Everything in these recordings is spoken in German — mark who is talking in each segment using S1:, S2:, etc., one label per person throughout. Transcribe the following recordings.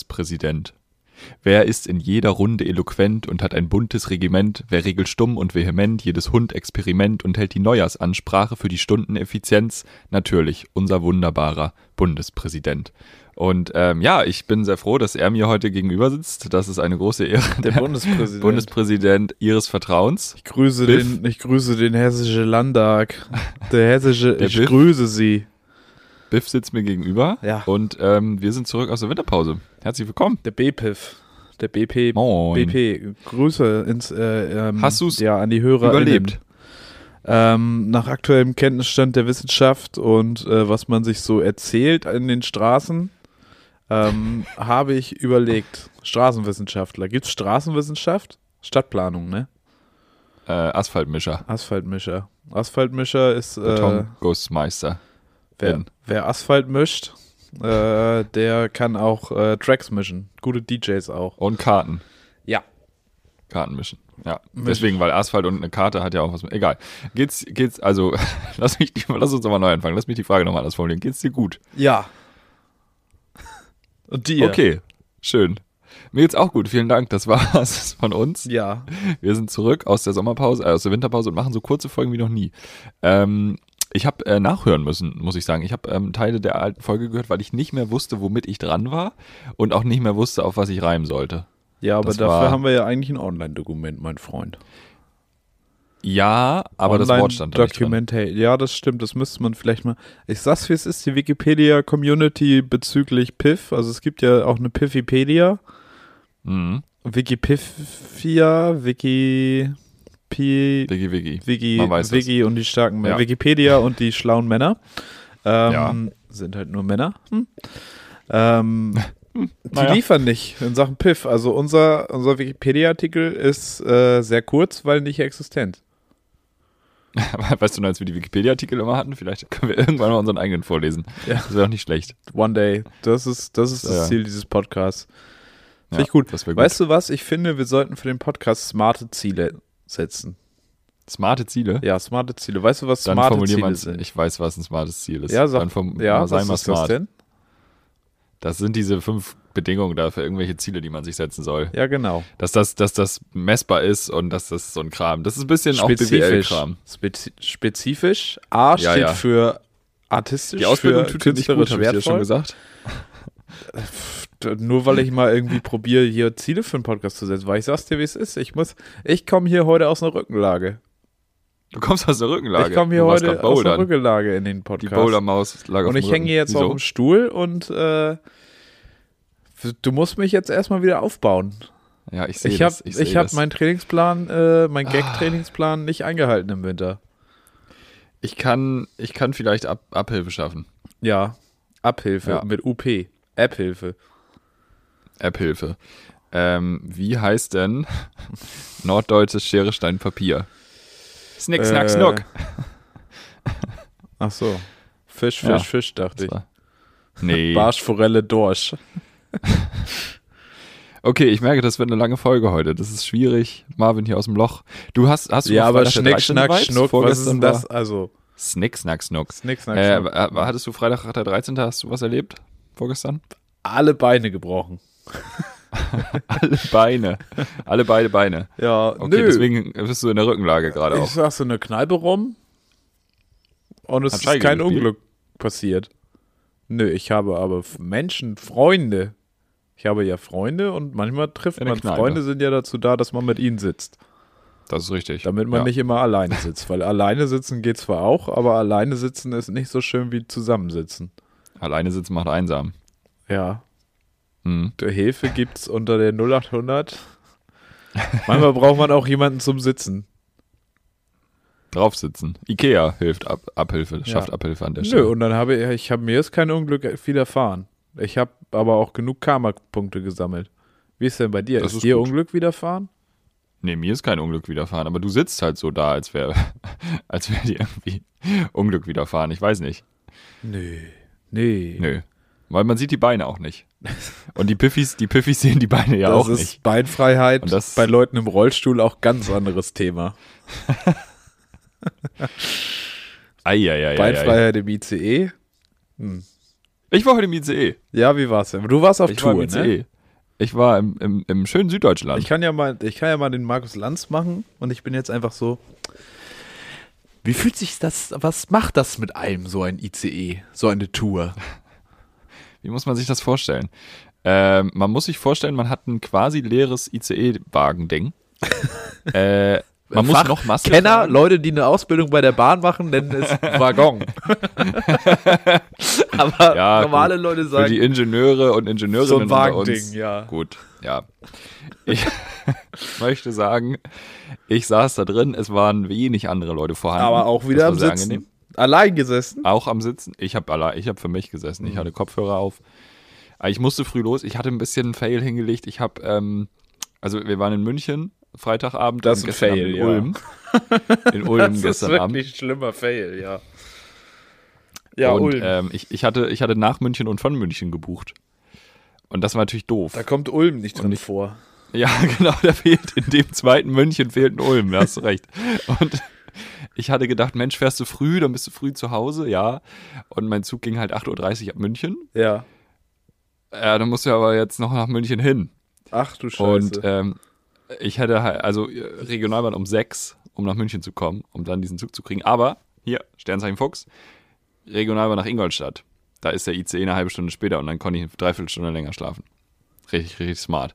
S1: Bundespräsident. Wer ist in jeder Runde eloquent und hat ein buntes Regiment, wer regelt stumm und vehement jedes Hund-Experiment und hält die Neujahrsansprache für die Stundeneffizienz? Natürlich, unser wunderbarer Bundespräsident. Und ähm, ja, ich bin sehr froh, dass er mir heute gegenüber sitzt. Das ist eine große Ehre.
S2: Der Bundespräsident.
S1: Bundespräsident Ihres Vertrauens.
S2: Ich grüße,
S1: Biff.
S2: den, ich grüße den hessischen Landtag. Der hessische,
S1: Der
S2: ich
S1: Biff.
S2: grüße Sie.
S1: Biff sitzt mir gegenüber.
S2: Ja.
S1: Und ähm, wir sind zurück aus der Winterpause. Herzlich willkommen.
S2: Der BPIF. Der BP.
S1: Moin.
S2: BP. Grüße ins, äh, ähm,
S1: Hast du's
S2: ja, an die Hörer.
S1: Überlebt.
S2: Ähm, nach aktuellem Kenntnisstand der Wissenschaft und äh, was man sich so erzählt in den Straßen, ähm, habe ich überlegt, Straßenwissenschaftler. Gibt es Straßenwissenschaft? Stadtplanung, ne?
S1: Äh, Asphaltmischer.
S2: Asphaltmischer. Asphaltmischer ist, äh,
S1: Betongussmeister.
S2: wer, wer Asphalt mischt, äh, der kann auch äh, Tracks mischen. Gute DJs auch.
S1: Und Karten.
S2: Ja.
S1: Karten mischen. Ja,
S2: Mischen.
S1: deswegen, weil Asphalt und eine Karte hat ja auch was mit. Egal. Geht's, geht's, also, lass mich, die- lass uns doch mal neu anfangen. Lass mich die Frage nochmal anders formulieren. Geht's dir gut?
S2: Ja. Und dir?
S1: Okay, schön. Mir geht's auch gut. Vielen Dank. Das war's von uns.
S2: Ja.
S1: Wir sind zurück aus der Sommerpause, äh, aus der Winterpause und machen so kurze Folgen wie noch nie. Ähm, ich habe äh, nachhören müssen, muss ich sagen. Ich habe ähm, Teile der alten Folge gehört, weil ich nicht mehr wusste, womit ich dran war und auch nicht mehr wusste, auf was ich reimen sollte.
S2: Ja, aber
S1: Das
S2: dafür
S1: war-
S2: haben wir ja eigentlich ein Online-Dokument, mein Freund.
S1: Ja, aber das Wort stand da nicht drin.
S2: Documentation. Ja, das stimmt. Das müsste man vielleicht mal. Ich sag's wie es ist, die Wikipedia-Community bezüglich PIF. Also es gibt ja auch eine Pifipedia.
S1: Mhm.
S2: Wikipifia, Wiki. Pi,
S1: Wiggy Wiggy.
S2: Wiki,
S1: Man weiß das.
S2: Wiki und die starken Männer.
S1: Ja.
S2: Wikipedia und die schlauen Männer. Ähm,
S1: Ja.
S2: Sind halt nur Männer. Hm. Ähm, die
S1: Naja.
S2: liefern nicht in Sachen Piff. Also unser, unser Wikipedia-Artikel ist äh, sehr kurz, weil nicht existent.
S1: Weißt du noch, als wir die Wikipedia-Artikel immer hatten? Vielleicht können wir irgendwann mal unseren eigenen vorlesen.
S2: Ja.
S1: Das wäre doch nicht schlecht.
S2: One day. Das ist das, ist das
S1: Ja.
S2: Ziel dieses Podcasts.
S1: Ja,
S2: Finde ich gut.
S1: Das wäre gut.
S2: Weißt du was? Ich finde, wir sollten für den Podcast smarte Ziele setzen.
S1: Smarte Ziele?
S2: Ja, smarte Ziele. Weißt du, was
S1: Dann
S2: smarte
S1: formulieren wir
S2: Ziele
S1: es.
S2: sind?
S1: Ich weiß, was ein smartes Ziel ist.
S2: ja, sag,
S1: Dann vom,
S2: ja,
S1: sei
S2: was
S1: mal
S2: ist das
S1: smart.
S2: denn?
S1: Das sind diese fünf Bedingungen dafür, irgendwelche Ziele, die man sich setzen soll.
S2: Ja, genau.
S1: Dass das, dass das messbar ist und dass das so ein Kram. Das ist ein bisschen auch BWL-Kram.
S2: Spezi spezifisch. A steht
S1: Ja, ja.
S2: für artistisch.
S1: Die Ausbildung
S2: für
S1: tut dir nicht gut,
S2: künstlerisch
S1: habe ich dir schon
S2: wertvoll.
S1: gesagt.
S2: D- Nur weil ich mal irgendwie probiere, hier Ziele für den Podcast zu setzen, weil ich sag's dir, wie es ist. Ich muss, ich komme hier heute aus einer Rückenlage.
S1: Du kommst aus der Rückenlage.
S2: Ich komme hier
S1: du warst
S2: heute
S1: grad
S2: aus einer
S1: bouldern.
S2: Rückenlage in den
S1: Die
S2: Podcast.
S1: Boulder-Maus lag auf
S2: und
S1: dem
S2: ich hänge
S1: Rücken.
S2: hier jetzt
S1: Wieso?
S2: auf dem Stuhl und äh, du musst mich jetzt erstmal wieder aufbauen.
S1: Ja, ich sehe
S2: Ich habe
S1: das.
S2: ich
S1: sehe
S2: hab
S1: das. Ah.
S2: meinen Trainingsplan, äh, meinen Gag-Trainingsplan nicht eingehalten im Winter.
S1: ich, kann, ich kann vielleicht Ab Abhilfe schaffen.
S2: Ja, Abhilfe
S1: Ja.
S2: mit UP. Abhilfe.
S1: App-Hilfe. Ähm, wie heißt denn norddeutsches Schere, Stein, Papier? Snick, snack,
S2: Äh,
S1: snuck.
S2: Ach so. Fisch, Fisch,
S1: Ja.
S2: Fisch, dachte
S1: Das
S2: ich.
S1: war- Nee.
S2: Barsch, Forelle, Dorsch.
S1: Okay, ich merke, das wird eine lange Folge heute. Das ist schwierig. Marvin hier aus dem Loch. Du hast, hast du
S2: Ja,
S1: noch
S2: aber
S1: Freitag der
S2: Schnick,
S1: 13.
S2: Schnack,
S1: Vibes?
S2: Schnuck, was ist
S1: Vorgestern
S2: denn das?
S1: war-
S2: Also,
S1: Snick, snack, snuck.
S2: Snick, Schnack,
S1: Äh,
S2: Schnuck.
S1: wa- wa- hattest du Freitag der 13. hast du was erlebt? Vorgestern?
S2: Alle Beine gebrochen.
S1: Alle Beine. Alle beide Beine.
S2: Ja,
S1: Okay, deswegen bist du in der Rückenlage gerade
S2: ich
S1: auch.
S2: saß in der Kneipe rum und es
S1: Hat
S2: ist
S1: Scheige
S2: kein
S1: gespielt?
S2: Unglück passiert. Nö, ich habe aber F- Menschen, Freunde. Ich habe ja Freunde und manchmal trifft
S1: In der
S2: man
S1: Kneipe.
S2: Freunde sind ja dazu da, dass man mit ihnen sitzt,
S1: Das ist richtig.
S2: damit man
S1: ja.
S2: nicht immer alleine sitzt, weil alleine sitzen geht zwar auch, aber alleine sitzen ist nicht so schön wie zusammensitzen.
S1: Alleine sitzen macht einsam.
S2: Ja,
S1: Hm.
S2: Der Hilfe gibt's unter der 0800. Manchmal braucht man auch jemanden zum Sitzen.
S1: Draufsitzen. Ikea hilft ab, Abhilfe, schafft
S2: Ja.
S1: Abhilfe an der
S2: Nö,
S1: Stelle.
S2: und dann habe ich, ich habe mir jetzt kein Unglück widerfahren. Ich habe aber auch genug Karma-Punkte gesammelt. Wie ist denn bei dir?
S1: Das
S2: ist
S1: ist
S2: dir
S1: gut.
S2: Unglück widerfahren?
S1: Nee, mir ist kein Unglück widerfahren, aber du sitzt halt so da, als wäre als wär dir irgendwie Unglück widerfahren. Ich weiß nicht.
S2: Nö. Nee.
S1: Nö. Weil man sieht die Beine auch nicht. Und die Piffis, die Piffis sehen die Beine ja
S2: das
S1: auch
S2: ist
S1: nicht.
S2: Beinfreiheit
S1: Und das-
S2: bei Leuten im Rollstuhl auch ganz anderes Thema.
S1: Eieieiei.
S2: Beinfreiheit im ICE.
S1: Ich war heute im ICE.
S2: E. Ja, wie war's denn? Du warst auf
S1: ich
S2: Tour,
S1: war im E.
S2: ne?
S1: ICE. Ich war im, im, im schönen Süddeutschland.
S2: Ich kann, ja mal, ich kann ja mal den Markus Lanz machen und ich bin jetzt einfach so. Wie fühlt sich das, was macht das mit einem, so ein ICE, so eine Tour?
S1: Wie muss man sich das vorstellen? Ähm, man muss sich vorstellen, man hat ein quasi leeres ICE-Wagending. äh, man muss
S2: Fach-
S1: noch Maske
S2: Kenner,
S1: tragen.
S2: Leute, die eine Ausbildung bei der Bahn machen, nennen es Waggon. Aber
S1: Ja,
S2: normale Leute
S1: Für
S2: sagen
S1: die Ingenieure und Ingenieurinnen
S2: so ein
S1: unter
S2: Wagending,
S1: uns.
S2: ja.
S1: Gut, ja. Ich möchte sagen, ich saß da drin, es waren wenig andere Leute vorhanden.
S2: Aber auch
S1: Das
S2: wieder am
S1: war sehr
S2: Sitzen.
S1: angenehm.
S2: Allein gesessen.
S1: Auch am Sitzen. Ich habe ich hab für mich gesessen.
S2: Mhm.
S1: Ich hatte Kopfhörer auf. Aber Ich musste früh los. Ich hatte ein bisschen einen Fail hingelegt. Ich habe, ähm, also wir waren in München Freitagabend.
S2: Das
S1: und
S2: ist
S1: gestern
S2: ein
S1: Abend
S2: Fail,
S1: in
S2: ja.
S1: Ulm. In Ulm gestern Abend.
S2: ein schlimmer Fail, ja.
S1: und
S2: äh,
S1: Ähm, ich, ich, hatte, ich hatte nach München und von München gebucht. Und das war natürlich doof.
S2: da kommt Ulm nicht drin
S1: ich-
S2: vor.
S1: Ja, genau, da fehlt in dem zweiten München fehlt ein Ulm, da hast du recht. Und ich hatte gedacht, Mensch, fährst du früh, dann bist du früh zu Hause, ja. Und mein Zug ging halt 8.30 Uhr ab München.
S2: Ja.
S1: Ja, dann musst du aber jetzt noch nach München hin.
S2: Ach du
S1: Und
S2: Scheiße.
S1: ähm, ich hätte halt, also äh, Regionalbahn um sechs, um nach München zu kommen, um dann diesen Zug zu kriegen. Aber hier, Sternzeichen Fuchs, Regionalbahn nach Ingolstadt. Da ist der ICE eine halbe Stunde später und dann konnte ich eine Dreiviertelstunde länger schlafen. Richtig, richtig smart.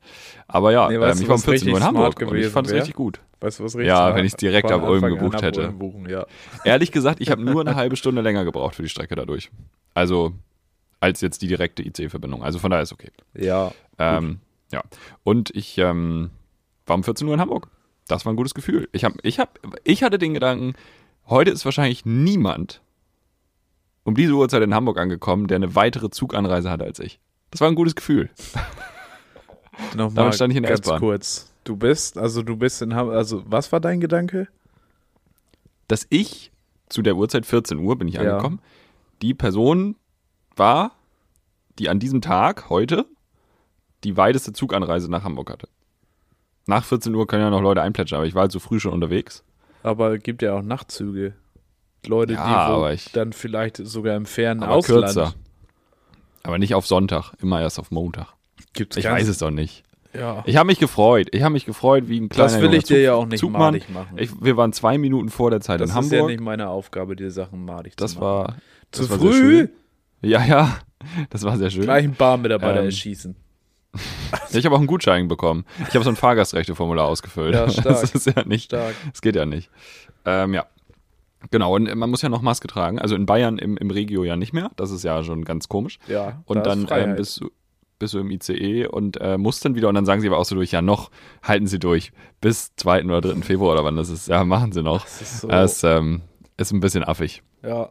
S1: Aber ja,
S2: Nee,
S1: ähm,
S2: weißt
S1: ich
S2: du,
S1: war um
S2: was
S1: 14 Uhr in
S2: richtig
S1: Hamburg
S2: smart
S1: und ich
S2: gewesen
S1: fand es
S2: wär?
S1: richtig gut.
S2: weißt du, was richtig
S1: ja,
S2: war?
S1: wenn ich's direkt
S2: Von
S1: ab Ulm
S2: Anfang an
S1: gebucht
S2: ab
S1: hätte.
S2: Ulm buchen, ja.
S1: Ehrlich gesagt, ich habe nur eine halbe Stunde länger gebraucht für die Strecke dadurch. Also, als jetzt die direkte ICE-Verbindung. Also von daher ist okay.
S2: ja.
S1: Ähm, ja. Und ich ähm, war um 14 Uhr in Hamburg. Das war ein gutes Gefühl. Ich, hab, ich, hab, ich hatte den Gedanken, heute ist wahrscheinlich niemand um diese Uhrzeit in Hamburg angekommen, der eine weitere Zuganreise hatte als ich. Das war ein gutes Gefühl.
S2: Nochmal
S1: stand ich in der
S2: ganz
S1: S-Bahn.
S2: kurz. Du bist, also du bist in Hamburg, also was war dein Gedanke?
S1: Dass ich zu der Uhrzeit 14 Uhr bin ich
S2: Ja.
S1: angekommen. Die Person war, die an diesem Tag heute die weiteste Zuganreise nach Hamburg hatte. Nach 14 Uhr können ja noch Leute einplätschern, aber ich war halt so früh schon unterwegs.
S2: Aber gibt ja auch Nachtzüge. Leute,
S1: Ja,
S2: die wo
S1: aber ich-
S2: dann vielleicht sogar im fernen
S1: aber
S2: Ausland.
S1: kürzer. Aber nicht auf Sonntag, immer erst auf Montag.
S2: Gibt's
S1: Ich
S2: ganz-
S1: weiß es doch nicht.
S2: Ja.
S1: Ich habe mich gefreut. Ich habe mich gefreut wie ein kleiner
S2: Das will ich
S1: junger
S2: dir
S1: Zug-
S2: ja auch nicht
S1: Zugmann.
S2: madig machen.
S1: Ich, wir waren zwei Minuten vor der Zeit in
S2: das ist
S1: Hamburg.
S2: ja nicht meine Aufgabe, dir Sachen madig
S1: das
S2: zu machen.
S1: war das
S2: Zu
S1: war sehr
S2: früh
S1: schön. Ja, ja. Das war sehr schön.
S2: gleich einen Barmitarbeiter
S1: Ähm,
S2: erschießen.
S1: Ich habe auch einen Gutschein bekommen. Ich habe so ein Fahrgastrechteformular ausgefüllt.
S2: Ja, stark.
S1: Das ist ja nicht.
S2: Stark.
S1: Das geht ja nicht. Ähm, ja. Genau, und man muss ja noch Maske tragen. Also in Bayern im, im Regio ja nicht mehr. Das ist ja schon ganz komisch.
S2: Ja, da
S1: Und
S2: ist
S1: dann ähm,
S2: Freiheit.
S1: bist, du, bist du im ICE und äh, musst dann wieder. Und dann sagen sie aber auch so durch, ja noch, halten sie durch. Bis 2. oder 3. Februar oder wann das ist. Ja, machen sie noch.
S2: Das ist so,
S1: Das ähm, ist ein bisschen affig.
S2: ja.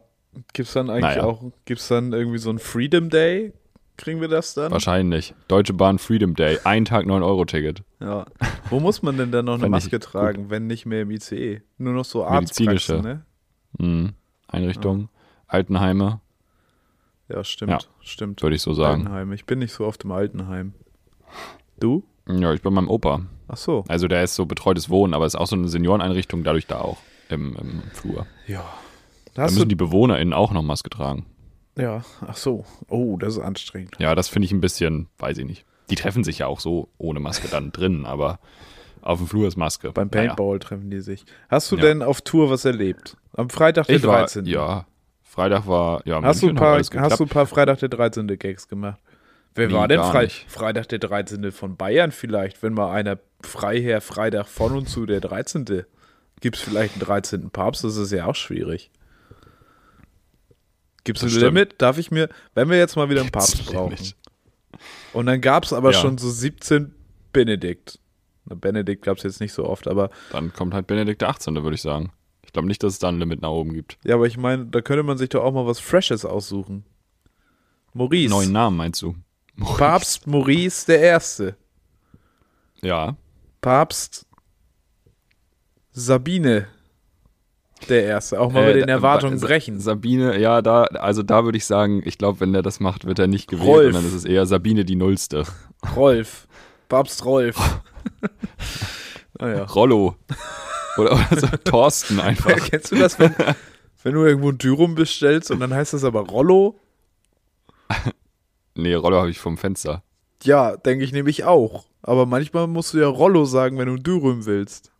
S2: Gibt's dann eigentlich
S1: Naja.
S2: auch, gibt's dann irgendwie so einen Freedom Day? Kriegen wir das dann?
S1: Wahrscheinlich. Deutsche Bahn Freedom Day. Ein Tag 9-Euro-Ticket.
S2: Ja. Wo muss man denn dann noch eine
S1: Fand ich
S2: Maske tragen, wenn nicht mehr im ICE? Nur noch so
S1: Medizinische.
S2: Arztpraxen, ne?
S1: Hm. Einrichtung. Altenheime,
S2: Ja, stimmt,
S1: Ja.
S2: stimmt.
S1: würde ich so sagen.
S2: Altenheim. Ich bin nicht so oft im Altenheim. Du?
S1: Ja, ich bin beim Opa.
S2: Ach so.
S1: Also der ist so betreutes Wohnen, aber ist auch so eine Senioreneinrichtung, dadurch da auch im, im Flur.
S2: Ja.
S1: Da
S2: Hast
S1: müssen
S2: du,
S1: die BewohnerInnen auch noch Maske tragen.
S2: ja, ach so. Oh, das ist anstrengend.
S1: Ja, das finde ich ein bisschen, weiß ich nicht. Die treffen sich ja auch so ohne Maske dann drinnen, aber auf dem Flur ist Maske.
S2: Beim
S1: Naja.
S2: Paintball treffen die sich. Hast du
S1: Ja.
S2: denn auf Tour was erlebt? Am Freitag der
S1: Ich war,
S2: 13.
S1: ja, Freitag war, ja,
S2: Hast du, ein
S1: München hat
S2: paar,
S1: alles geklappt.
S2: hast du ein paar Freitag der 13. Gags gemacht? Wer
S1: Nee,
S2: war denn
S1: gar
S2: frei,
S1: nicht.
S2: Freitag der 13. von Bayern vielleicht? Wenn mal einer Freiherr Freitag von und zu der 13. Gibt es vielleicht einen 13. Papst? Das ist ja auch schwierig. Gibt es ein
S1: Das stimmt.
S2: Limit? Darf ich mir, wenn wir jetzt mal wieder einen Papst
S1: Gibt's
S2: brauchen.
S1: nicht.
S2: Und dann gab es aber
S1: Ja.
S2: schon so 17 Benedikt. Na, Benedikt gab es jetzt nicht so oft, aber
S1: Dann kommt halt Benedikt der 18., würde ich sagen. Ich glaube nicht, dass es da ein Limit nach oben gibt.
S2: ja, aber ich meine, da könnte man sich doch auch mal was Freshes aussuchen. Maurice.
S1: Neuen Namen meinst du?
S2: Papst Maurice der Erste.
S1: Ja,
S2: Papst Sabine der Erste. Auch mal
S1: Äh,
S2: mit den
S1: da-
S2: Erwartungen
S1: Sa-
S2: brechen.
S1: Sabine, ja, da, also da würde ich sagen, ich glaube, wenn der das macht, wird er nicht gewählt
S2: Rolf.
S1: und dann ist es eher Sabine die Nullste.
S2: Rolf. Papst Rolf. naja.
S1: Rollo. Oder, oder so Thorsten einfach.
S2: Kennst du das, wenn, wenn du irgendwo ein Dürum bestellst und dann heißt das aber Rollo?
S1: Nee, Rollo habe ich vom Fenster.
S2: Ja, denke ich nämlich auch. Aber manchmal musst du ja Rollo sagen, wenn du Dürüm willst.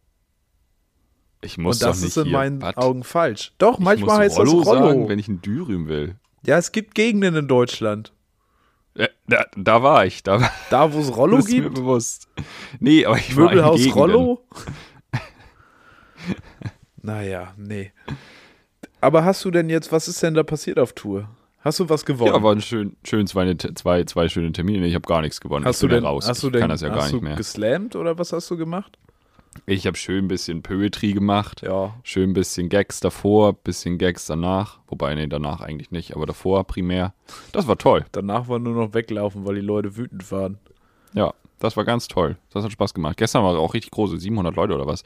S1: Ich muss
S2: Und das
S1: doch nicht
S2: ist in
S1: hier.
S2: meinen
S1: Was?
S2: Augen falsch. Doch, manchmal
S1: ich muss
S2: heißt
S1: Rollo
S2: das Rollo.
S1: sagen, wenn ich einen Dürüm will.
S2: ja, es gibt Gegenden in Deutschland.
S1: Ja, Äh, Da, da war ich, da war
S2: Da, wo es Rollo
S1: das ist mir
S2: gibt,
S1: bewusst. Nee, aber ich war in
S2: Möbelhaus
S1: Gegenden.
S2: Rollo. naja, nee. Aber hast du denn jetzt, was ist denn da passiert auf Tour? Hast du was gewonnen?
S1: Ja, waren schön, schön zwei, ne, zwei, zwei schöne Termine. Nee, Ich habe gar nichts gewonnen.
S2: hast
S1: ich
S2: du
S1: bin ja
S2: denn,
S1: raus.
S2: hast du
S1: ich
S2: denn,
S1: kann das ja gar
S2: hast
S1: nicht
S2: du
S1: mehr.
S2: geslammt oder was hast du gemacht?
S1: Ich habe schön ein bisschen Poetry gemacht.
S2: Ja.
S1: Schön ein bisschen Gags davor, bisschen Gags danach. Wobei, nee, danach eigentlich nicht, aber davor primär. Das war toll.
S2: Danach war nur noch weglaufen, weil die Leute wütend waren.
S1: Ja, das war ganz toll. Das hat Spaß gemacht. Gestern war auch richtig große, 700 Leute oder was.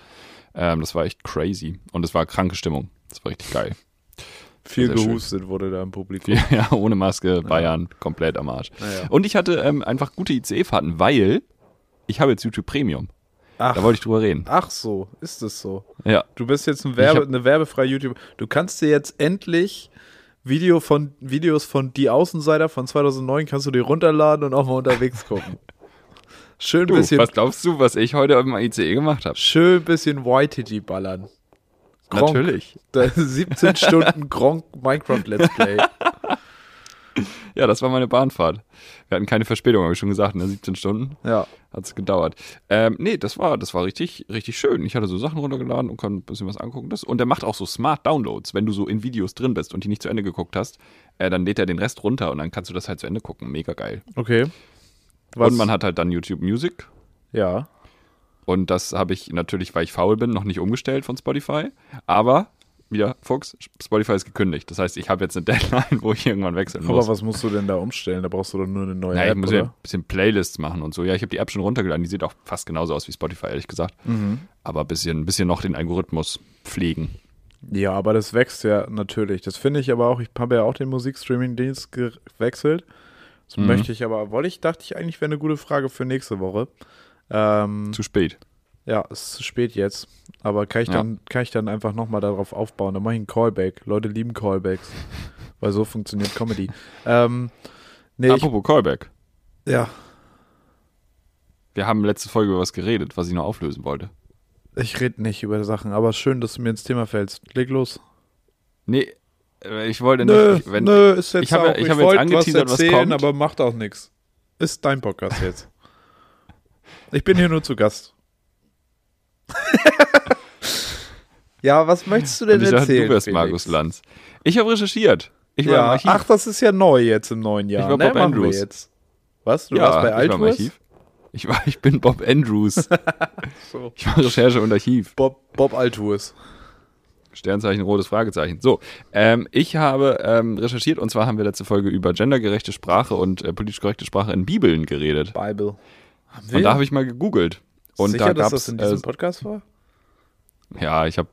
S1: Ähm, das war echt crazy. Und es war kranke Stimmung. Das war richtig geil.
S2: Viel
S1: Sehr schön.
S2: gehustet wurde da im Publikum.
S1: Ja, ja, ohne Maske, Bayern, komplett am Arsch.
S2: Naja.
S1: Und ich hatte ähm, einfach gute ICE-Fahrten, weil ich habe jetzt YouTube Premium.
S2: Ach,
S1: Da wollte ich drüber reden.
S2: ach so, ist es so.
S1: Ja.
S2: Du bist jetzt ein Werbe,
S1: Ich hab-
S2: eine werbefreie YouTube. Du kannst dir jetzt endlich Video von, Videos von Die Außenseiter von 2009 kannst du dir runterladen und auch mal unterwegs gucken. Schön
S1: Du,
S2: bisschen,
S1: was glaubst du, was ich heute im ICE gemacht habe?
S2: schön bisschen YTG ballern. Gronk.
S1: Natürlich.
S2: Das 17 Stunden Gronk Minecraft Let's Play.
S1: Ja, das war meine Bahnfahrt. Wir hatten keine Verspätung, habe ich schon gesagt, ne? 17 Stunden
S2: Ja.
S1: hat es gedauert. Ähm, nee, das war, das war richtig, richtig schön. Ich hatte so Sachen runtergeladen und konnte ein bisschen was angucken. Das, und der macht auch so Smart Downloads. Wenn du so in Videos drin bist und die nicht zu Ende geguckt hast, äh, dann lädt er den Rest runter und dann kannst du das halt zu Ende gucken. Mega geil.
S2: Okay. Was,
S1: Und man hat halt dann YouTube Music.
S2: ja.
S1: Und das habe ich natürlich, weil ich faul bin, noch nicht umgestellt von Spotify. Aber, wieder Fuchs, Spotify ist gekündigt. Das heißt, ich habe jetzt eine Deadline, wo ich irgendwann wechseln muss.
S2: Aber was musst du denn da umstellen? Da brauchst du doch nur eine neue
S1: Ja, ich
S2: App,
S1: muss ja ein
S2: oder?
S1: bisschen Playlists machen und so. Ja, ich habe die App schon runtergeladen. Die sieht auch fast genauso aus wie Spotify, ehrlich gesagt.
S2: Mhm.
S1: Aber ein bisschen, ein bisschen noch den Algorithmus pflegen.
S2: Ja, aber das wächst ja natürlich. Das finde ich aber auch. Ich habe ja auch den Musikstreaming-Dienst gewechselt. Das
S1: Mhm.
S2: möchte ich aber. Wollte ich, dachte ich eigentlich, wäre eine gute Frage für nächste Woche. Ähm,
S1: Zu spät.
S2: ja, ist zu spät jetzt. Aber kann ich
S1: Ja.
S2: dann, kann ich dann einfach nochmal darauf aufbauen? Dann mache ich einen Callback. Leute lieben Callbacks. weil so funktioniert Comedy. Ähm, nee, ich,
S1: Apropos Callback.
S2: ja,
S1: Wir haben letzte Folge über was geredet, was ich noch auflösen wollte.
S2: ich rede nicht über Sachen, aber schön, dass du mir ins Thema fällst. Leg los.
S1: Nee, äh, ich wollte
S2: Nö,
S1: nicht. Wenn,
S2: nö, ist jetzt
S1: Ich habe-
S2: auch,
S1: ich habe jetzt
S2: wollte
S1: angeteasert, was
S2: was erzählen,
S1: kommt.
S2: aber macht auch nichts. Ist dein Podcast jetzt. Ich bin hier nur zu Gast. ja, was möchtest du
S1: Und
S2: denn
S1: ich dachte,
S2: erzählen?
S1: du wärst
S2: Felix?
S1: Markus Lanz. Ich habe recherchiert. Ich war im
S2: Ja.
S1: Archiv.
S2: Ach, das ist ja neu jetzt im neuen Jahr.
S1: Ich war
S2: ne?
S1: Bob
S2: Machen wir
S1: Andrews.
S2: Jetzt. Was? Du
S1: ja,
S2: warst bei
S1: ich war im
S2: Altus?
S1: Archiv. Ich, war, ich bin Bob Andrews.
S2: So.
S1: Ich war Recherche und Archiv.
S2: Bob, Bob Altus.
S1: Sternzeichen, rotes Fragezeichen. So, ähm, ich habe ähm, recherchiert und zwar haben wir letzte Folge über gendergerechte Sprache und äh, politisch korrekte Sprache in Bibeln geredet.
S2: Bible. Haben
S1: Und da habe ich mal gegoogelt. Und da
S2: Sicher, dass
S1: gab
S2: das
S1: es.
S2: in diesem
S1: Äh,
S2: Podcast war?
S1: ja, ich habe.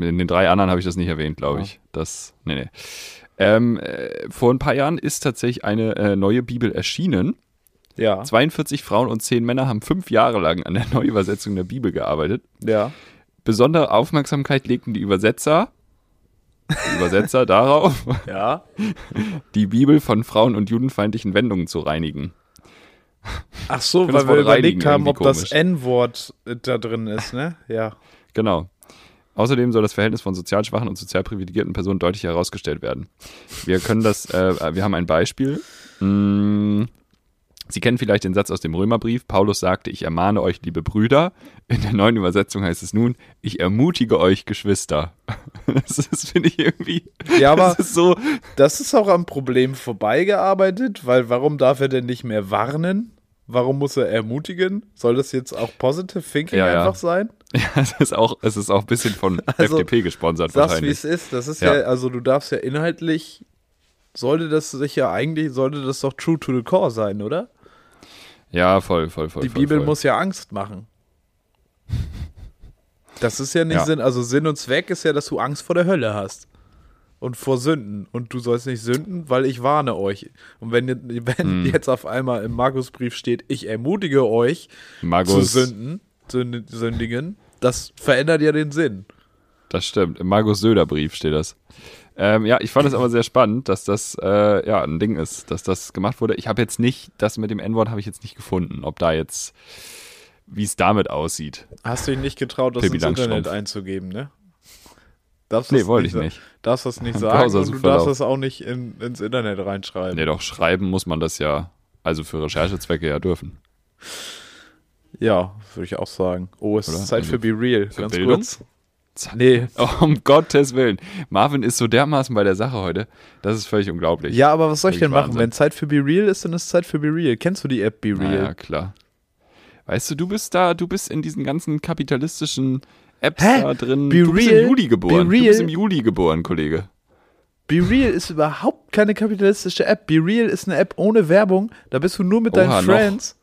S1: In den drei anderen habe ich das nicht erwähnt, glaube
S2: Ah.
S1: ich. Das. Nee, nee. Ähm, äh, vor ein paar Jahren ist tatsächlich eine äh, neue Bibel erschienen.
S2: Ja.
S1: 42 Frauen und 10 Männer haben fünf Jahre lang an der Neuübersetzung der Bibel gearbeitet.
S2: Ja.
S1: Besondere Aufmerksamkeit legten die Übersetzer. Die Übersetzer darauf,
S2: Ja.
S1: die Bibel von frauen- und judenfeindlichen Wendungen zu reinigen.
S2: Ach so,
S1: finde das
S2: weil wir
S1: Wort reinigen
S2: überlegt haben, ob
S1: irgendwie
S2: das
S1: komisch.
S2: N-Wort äh, da drin ist, ne? Ja.
S1: Genau. Außerdem soll das Verhältnis von sozial schwachen und sozial privilegierten Personen deutlich herausgestellt werden. Wir können das, äh, wir haben ein Beispiel. Mm, Sie kennen vielleicht den Satz aus dem Römerbrief. Paulus sagte, ich ermahne euch, liebe Brüder. In der neuen Übersetzung heißt es nun, ich ermutige euch, Geschwister. Das ist, finde ich irgendwie,
S2: Ja, aber
S1: das ist so,
S2: das ist auch am Problem vorbeigearbeitet, weil warum darf er denn nicht mehr warnen? Warum muss er ermutigen? Soll das jetzt auch Positive Thinking
S1: Ja, ja.
S2: einfach sein?
S1: ja, es ist auch, es ist auch ein bisschen von
S2: Also,
S1: FDP gesponsert
S2: Sag's, wie
S1: wahrscheinlich.
S2: es ist. Das ist ja.
S1: Ja.
S2: also du darfst ja inhaltlich, sollte das sich ja eigentlich, sollte das doch true to the core sein, oder?
S1: Ja, voll, voll, voll.
S2: Die
S1: voll,
S2: Bibel
S1: voll.
S2: muss ja Angst machen. Das ist ja nicht
S1: Ja.
S2: Sinn. Also Sinn und Zweck ist ja, dass du Angst vor der Hölle hast. Und vor Sünden. Und du sollst nicht sünden, weil ich warne euch. Und wenn,
S1: Hm.
S2: wenn jetzt auf einmal im Markusbrief steht, ich ermutige euch zu
S1: Markus,
S2: sünden, sünd- sündigen, das verändert ja den Sinn.
S1: Das stimmt. Im Markus Söder Brief steht das. Ähm, ja, ich fand es aber sehr spannend, dass das äh, ja ein Ding ist, dass das gemacht wurde. Ich habe jetzt nicht, das mit dem N-Wort habe ich jetzt nicht gefunden, ob da jetzt, wie es damit aussieht.
S2: Hast du dich nicht getraut, das
S1: Pippi
S2: ins Internet
S1: Langstrumpf.
S2: einzugeben, ne? Darfst
S1: Nee,
S2: das
S1: wollte ich
S2: sa-
S1: nicht.
S2: Darfst das nicht
S1: Im
S2: sagen
S1: Browser
S2: und du
S1: sucht
S2: darfst
S1: Verlauf.
S2: das auch nicht in, ins Internet reinschreiben.
S1: Nee, doch schreiben muss man das ja, also für Recherchezwecke ja dürfen.
S2: Ja, würde ich auch sagen. Oh, es
S1: Oder? Also
S2: ist Zeit für Be Real.
S1: Für
S2: Ganz
S1: Bildung?
S2: kurz. Nee.
S1: Oh, um Gottes Willen. Marvin ist so dermaßen bei der Sache heute, das ist völlig unglaublich.
S2: Ja, aber was soll ich
S1: Völlig
S2: denn machen?
S1: Wahnsinn.
S2: Wenn Zeit für Be Real ist, dann ist Zeit für Be Real. Kennst du die App Be Real?
S1: Naja, klar. Weißt du, du bist da, du bist in diesen ganzen kapitalistischen Apps
S2: Hä?
S1: da drin.
S2: Be
S1: du bist
S2: real?
S1: im Juli geboren.
S2: Be
S1: Du bist im
S2: real?
S1: Juli geboren, Kollege.
S2: Be Real ist überhaupt keine kapitalistische App. Be Real ist eine App ohne Werbung. Da bist du nur mit
S1: Oha,
S2: deinen
S1: noch.
S2: Friends.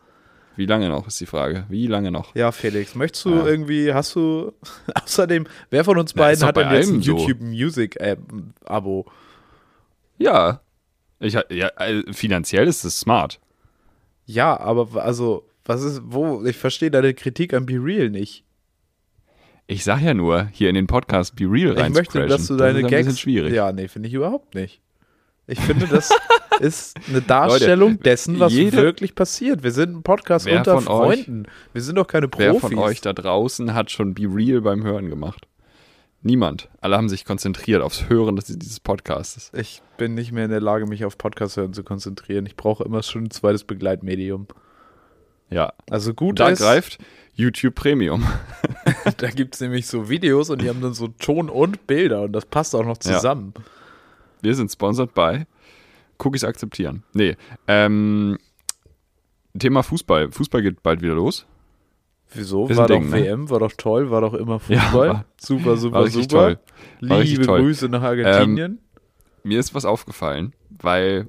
S1: Wie lange noch, ist die Frage. Wie lange noch?
S2: Ja, Felix, möchtest du
S1: Ja.
S2: irgendwie, hast du, außerdem, wer von uns
S1: Na, ist
S2: beiden
S1: doch
S2: hat
S1: bei
S2: denn jetzt ein
S1: allem so.
S2: YouTube Music App- Abo?
S1: Ja. Ich, ha- ja äh, finanziell ist es smart.
S2: Ja, aber w- also, was ist, wo, ich verstehe deine Kritik an Be Real nicht.
S1: Ich sag ja nur, hier in den Podcast Be Real
S2: Ich möchte,
S1: reinzucrashen.
S2: dass du
S1: das
S2: deine
S1: ist ein bisschen
S2: Gags.
S1: schwierig.
S2: Ja, nee, finde ich überhaupt nicht. Ich finde, das ist eine Darstellung dessen, was
S1: jede-
S2: wirklich passiert. Wir sind ein Podcast
S1: Wer
S2: unter
S1: von euch-
S2: Freunden. Wir sind doch keine Profis.
S1: Wer von euch da draußen hat schon Be Real beim Hören gemacht? Niemand. Alle haben sich konzentriert aufs Hören des- dieses Podcasts.
S2: ich bin nicht mehr in der Lage, mich auf Podcast hören zu konzentrieren. Ich brauche immer schon ein zweites Begleitmedium.
S1: Ja.
S2: Also gut
S1: Da
S2: ist,
S1: greift YouTube Premium.
S2: da gibt es nämlich so Videos und die haben dann so Ton und Bilder und das passt auch noch
S1: Ja.
S2: zusammen.
S1: Wir sind sponsored by Cookies akzeptieren. Nee. Ähm, Thema Fußball. Fußball geht bald wieder los.
S2: Wieso?
S1: Ist ein
S2: War doch
S1: Ding, ne?
S2: WM, war doch toll, war doch immer
S1: Ja,
S2: Fußball.
S1: war-
S2: super, super,
S1: war richtig
S2: super.
S1: toll. War richtig
S2: Liebe
S1: toll. Ähm,
S2: Grüße nach Argentinien.
S1: Mir ist was aufgefallen, weil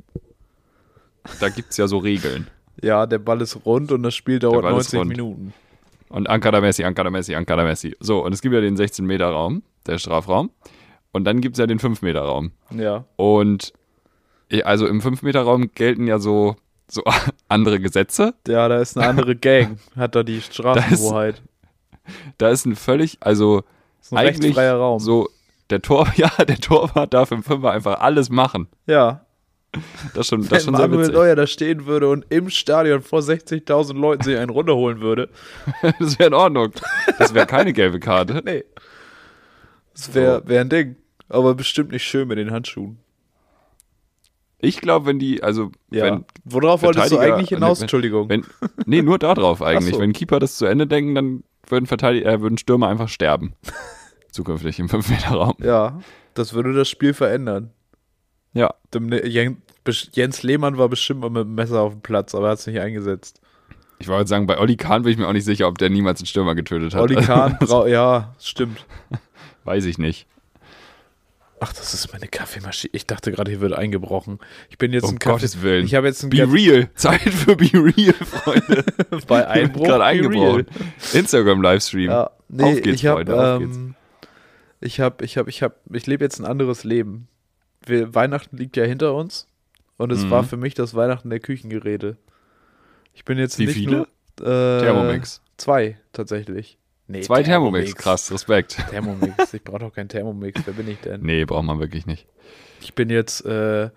S1: da gibt es ja so Regeln.
S2: Ja, der Ball ist rund und das Spiel dauert
S1: Ball ist
S2: 90
S1: rund.
S2: Minuten.
S1: Und Anker da Messi, Anker da Messi, Anker da Messi. So, und es gibt ja den 16-Meter-Raum, der Strafraum. Und dann gibt es ja den 5-Meter-Raum.
S2: Ja.
S1: Und eh, also im 5-Meter-Raum gelten ja so, so andere Gesetze.
S2: Ja, da ist eine andere Gang, hat da die Strafenhoheit.
S1: Da ist ein völlig, also
S2: Das ist ein
S1: eigentlich
S2: rechtsfreier Raum.
S1: so der Tor, ja, der Torwart darf im Fünfer einfach alles machen.
S2: ja.
S1: Das ist schon, das
S2: Wenn
S1: ist schon sehr
S2: Manuel
S1: witzig.
S2: Neuer da stehen würde und im Stadion vor 60.000 Leuten sich einen runterholen würde.
S1: Das wäre in Ordnung. Das wäre keine gelbe Karte.
S2: Nee. Das wäre wär ein Ding. Aber bestimmt nicht schön mit den Handschuhen.
S1: Ich glaube, wenn die, also
S2: Ja.
S1: wenn,
S2: Worauf wolltest du
S1: Verteidiger-
S2: eigentlich hinaus?
S1: wenn-
S2: Entschuldigung.
S1: wenn, nee, nur darauf eigentlich.
S2: so.
S1: Wenn Keeper das zu Ende denken, dann würden Verteidiger, äh, würden Stürmer einfach sterben. Zukünftig im 5-Meter-Raum.
S2: ja, das würde das Spiel verändern.
S1: Ja.
S2: Dem- Ne- Jen- Besch- Jens Lehmann war bestimmt mal mit dem Messer auf dem Platz, aber er hat es nicht eingesetzt.
S1: Ich wollte sagen, bei Olli Kahn bin ich mir auch nicht sicher, ob der niemals einen Stürmer getötet hat.
S2: Oli
S1: Also,
S2: Kahn, brau- ja, stimmt.
S1: Weiß ich nicht.
S2: Ach, das ist meine Kaffeemaschine. Ich dachte gerade, hier wird eingebrochen. Ich bin jetzt
S1: Um
S2: ein Kaffee.
S1: Gottes Willen.
S2: Ich habe jetzt ein
S1: Be real. Zeit für Be real, Freunde.
S2: bei
S1: Ich bin
S2: Einbruch.
S1: gerade
S2: be real.
S1: eingebrochen. Instagram-Livestream.
S2: Ja, nee,
S1: Auf geht's,
S2: ich hab,
S1: Freunde, auf
S2: ähm, Ich habe, ich habe, ich habe, ich lebe jetzt ein anderes Leben. Wir, Weihnachten liegt ja hinter uns und es
S1: Mhm.
S2: war für mich das Weihnachten der Küchengeräte. Ich bin jetzt
S1: Wie
S2: nicht
S1: viele?
S2: nur äh,
S1: Thermomix.
S2: Zwei tatsächlich. Nee,
S1: Zwei Thermomix. krass, Respekt.
S2: Thermomix, ich brauche doch keinen Thermomix. Wer bin ich denn?
S1: Nee, braucht man wirklich nicht.
S2: Ich bin jetzt äh,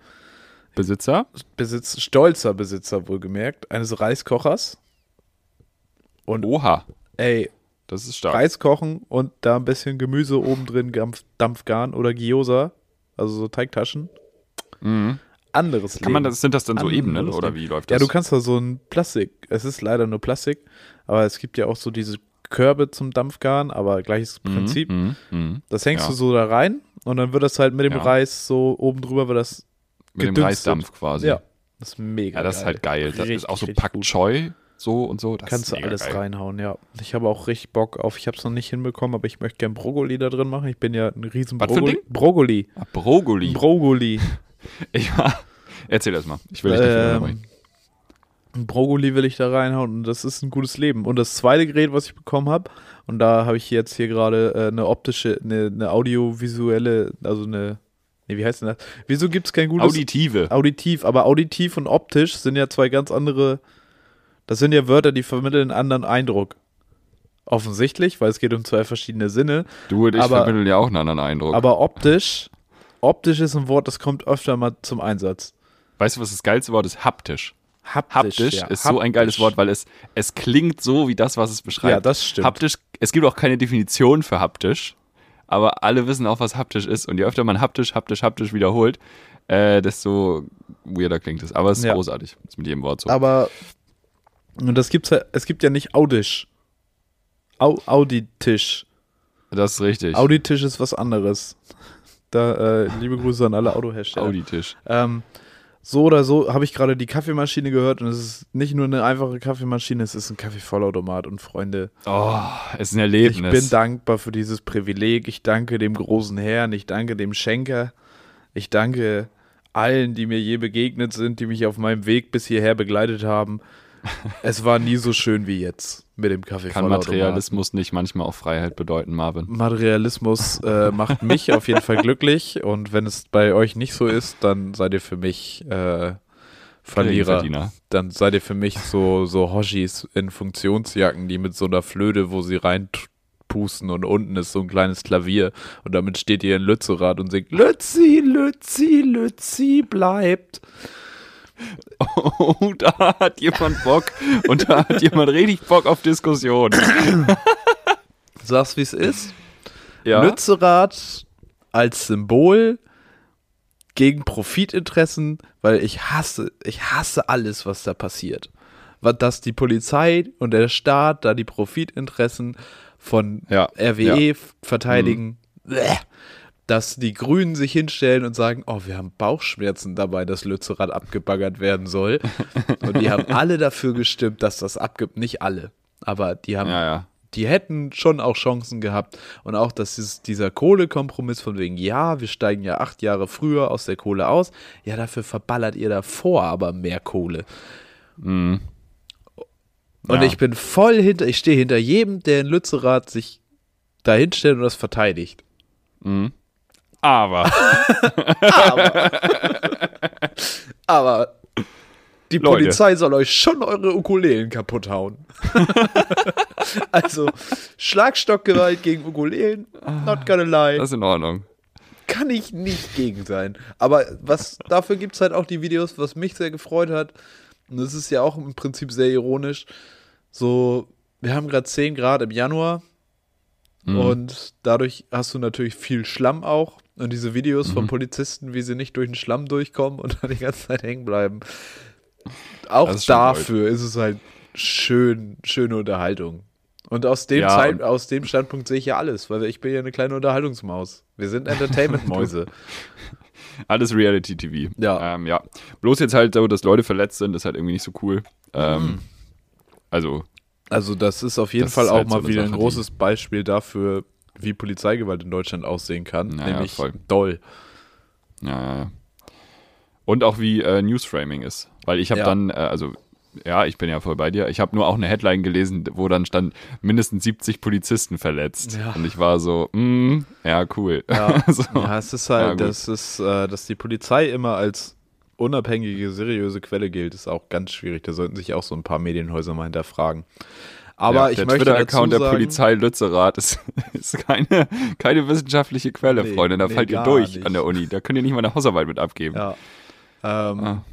S1: Besitzer?
S2: Besitz, stolzer Besitzer wohlgemerkt eines Reiskochers. Und
S1: Oha,
S2: ey,
S1: das ist stark.
S2: Reis kochen und da ein bisschen Gemüse oben drin, Dampf, Dampfgarn oder Gyoza, also so Teigtaschen.
S1: Mhm.
S2: Anderes
S1: Kann man das, sind das dann so
S2: Anderes
S1: Ebenen
S2: Leben.
S1: oder wie läuft
S2: also Ja,
S1: das?
S2: du kannst da so ein Plastik, es ist leider nur Plastik, aber es gibt ja auch so diese Körbe zum Dampfgarn, aber gleiches Prinzip.
S1: Mhm, mhm.
S2: Das hängst
S1: Ja.
S2: du so da rein und dann wird das halt mit dem
S1: Ja.
S2: Reis so oben drüber, wird das,
S1: Mit dem
S2: gedünstet.
S1: Reisdampf quasi.
S2: ja, das ist mega
S1: Ja, das ist
S2: geil.
S1: halt geil. Das ist auch so
S2: Richtig,
S1: Pak
S2: richtig
S1: Choi so und so. Das ist
S2: Kannst du
S1: mega
S2: alles
S1: geil.
S2: reinhauen, ja. Ich habe auch richtig Bock auf, ich habe es noch nicht hinbekommen, aber ich möchte gern Brokkoli da drin machen. Ich bin ja ein riesen
S1: Was für ein
S2: Brokkoli. Brokkoli.
S1: Ah, Brokkoli.
S2: Brokkoli.
S1: ich war, erzähl das mal. Ich will dich nicht
S2: Ähm,
S1: unterbrechen.
S2: Ein Brokkoli will ich da reinhauen und das ist ein gutes Leben. Und das zweite Gerät, was ich bekommen habe, und da habe ich jetzt hier gerade äh, eine optische, eine, eine audiovisuelle, also eine, nee, wie heißt denn das? Wieso gibt es kein gutes
S1: Auditive.
S2: Auditiv, aber auditiv und optisch sind ja zwei ganz andere, das sind ja Wörter, die vermitteln einen anderen Eindruck. Offensichtlich, weil es geht um zwei verschiedene Sinne,
S1: Du und ich
S2: aber-
S1: vermitteln ja auch einen anderen Eindruck.
S2: aber optisch Optisch ist ein Wort, das kommt öfter mal zum Einsatz.
S1: Weißt du, was das geilste Wort ist? Haptisch.
S2: Haptisch,
S1: Haptisch
S2: ja,
S1: ist so ein geiles
S2: haptisch.
S1: Wort, weil es, es klingt so wie das, was es beschreibt.
S2: Ja, das stimmt.
S1: Haptisch, es gibt auch keine Definition für haptisch, aber alle wissen auch, was haptisch ist. Und je öfter man haptisch, haptisch, haptisch wiederholt, äh, desto weirder klingt es. Aber es ist
S2: Ja.
S1: großartig. Ist mit jedem Wort so.
S2: Aber und das gibt's halt, es gibt ja nicht Audisch. Au, auditisch.
S1: das ist richtig.
S2: Auditisch ist was anderes. Da, äh, liebe Grüße an alle Autohersteller.
S1: Auditisch.
S2: Ähm, so oder so habe ich gerade die Kaffeemaschine gehört und es ist nicht nur eine einfache Kaffeemaschine, es ist ein Kaffeevollautomat und Freunde,
S1: Oh, es ist ein
S2: ich
S1: Erlebnis.
S2: bin dankbar für dieses Privileg. Ich danke dem großen Herrn, ich danke dem Schenker, ich danke allen, die mir je begegnet sind, die mich auf meinem Weg bis hierher begleitet haben. Es war nie so schön wie jetzt mit dem
S1: Kann
S2: Kaffeevollautomat.
S1: Materialismus nicht manchmal auch Freiheit bedeuten, Marvin?
S2: Materialismus äh, macht mich auf jeden Fall glücklich und wenn es bei euch nicht so ist, dann seid ihr für mich äh, Verlierer.
S1: Geringverdiener.
S2: Dann seid ihr für mich so, so Hoshis in Funktionsjacken, die mit so einer Flöte, wo sie reinpusten und unten ist so ein kleines Klavier und damit steht ihr in Lützerath und singt Lützi, Lützi, Lützi bleibt.
S1: Oh, da hat jemand Bock und da hat jemand richtig Bock auf Diskussion.
S2: Sag's wie's ist.
S1: Ja.
S2: Lützerath als Symbol gegen Profitinteressen, weil ich hasse, ich hasse alles, was da passiert. Was- Dass die Polizei und der Staat da die Profitinteressen von
S1: Ja, Mhm.
S2: RWE f- verteidigen. Bäh. Dass die Grünen sich hinstellen und sagen, oh, wir haben Bauchschmerzen dabei, dass Lützerath abgebaggert werden soll. Und die haben alle dafür gestimmt, dass das abgibt. Nicht alle, aber die haben
S1: Ja, ja.
S2: die hätten schon auch Chancen gehabt. Und auch, dass dieses, dieser Kohlekompromiss von wegen, ja, wir steigen ja acht Jahre früher aus der Kohle aus, ja, dafür verballert ihr davor aber mehr Kohle. Und
S1: Mhm. Ja.
S2: ich bin voll hinter, ich stehe hinter jedem, der in Lützerath sich dahin stellt und das verteidigt.
S1: Aber.
S2: Aber die
S1: Leute.
S2: Polizei soll euch schon eure Ukulelen kaputt hauen. also, Schlagstockgewalt gegen Ukulelen, not gonna lie.
S1: Das ist in Ordnung.
S2: kann ich nicht gegen sein. Aber was dafür gibt es halt auch die Videos, was mich sehr gefreut hat. Und das ist ja auch im Prinzip sehr ironisch. So, wir haben gerade 10 Grad im Januar
S1: Mhm.
S2: und dadurch hast du natürlich viel Schlamm auch. Und diese Videos von
S1: Mhm.
S2: Polizisten, wie sie nicht durch den Schlamm durchkommen und dann die ganze Zeit hängen bleiben. Auch
S1: Das ist schon
S2: dafür ist es halt schön, schöne Unterhaltung. Und aus dem,
S1: Ja,
S2: Zeit,
S1: und-
S2: aus dem Standpunkt sehe ich ja alles, weil ich bin ja eine kleine Unterhaltungsmaus. Wir sind Entertainment-Mäuse.
S1: Alles Reality-TV.
S2: Ja.
S1: Ähm, ja. Bloß jetzt halt so, dass Leute verletzt sind, ist halt irgendwie nicht so cool. Ähm, Also,
S2: Also das ist auf jeden
S1: Das
S2: Fall
S1: ist
S2: auch
S1: halt so
S2: mal
S1: eine
S2: wieder ein
S1: Sache, die-
S2: großes Beispiel dafür, wie Polizeigewalt in Deutschland aussehen kann,
S1: Naja,
S2: nämlich
S1: voll.
S2: doll.
S1: ja, ja, ja. Und auch wie äh, Newsframing ist. Weil ich habe
S2: Ja.
S1: dann, äh, also, ja, ich bin ja voll bei dir. Ich habe nur auch eine Headline gelesen, wo dann stand, mindestens 70 Polizisten verletzt.
S2: Ja.
S1: Und ich war so, mm, ja, cool.
S2: Ja,
S1: so.
S2: ja es ist halt,
S1: Ja, gut.
S2: das ist, äh, dass die Polizei immer als unabhängige, seriöse Quelle gilt, ist auch ganz schwierig. Da sollten sich auch so ein paar Medienhäuser mal hinterfragen. Aber
S1: ja,
S2: ich
S1: der
S2: möchte
S1: Twitter-Account
S2: dazu
S1: der
S2: sagen,
S1: Polizei Lützerath ist, ist keine, keine wissenschaftliche Quelle,
S2: Nee,
S1: Freunde. Da
S2: nee,
S1: fallt ihr
S2: gar
S1: durch
S2: nicht.
S1: an der Uni. Da könnt ihr nicht mal eine Hausarbeit mit abgeben.
S2: Ja. Ähm,
S1: Ah.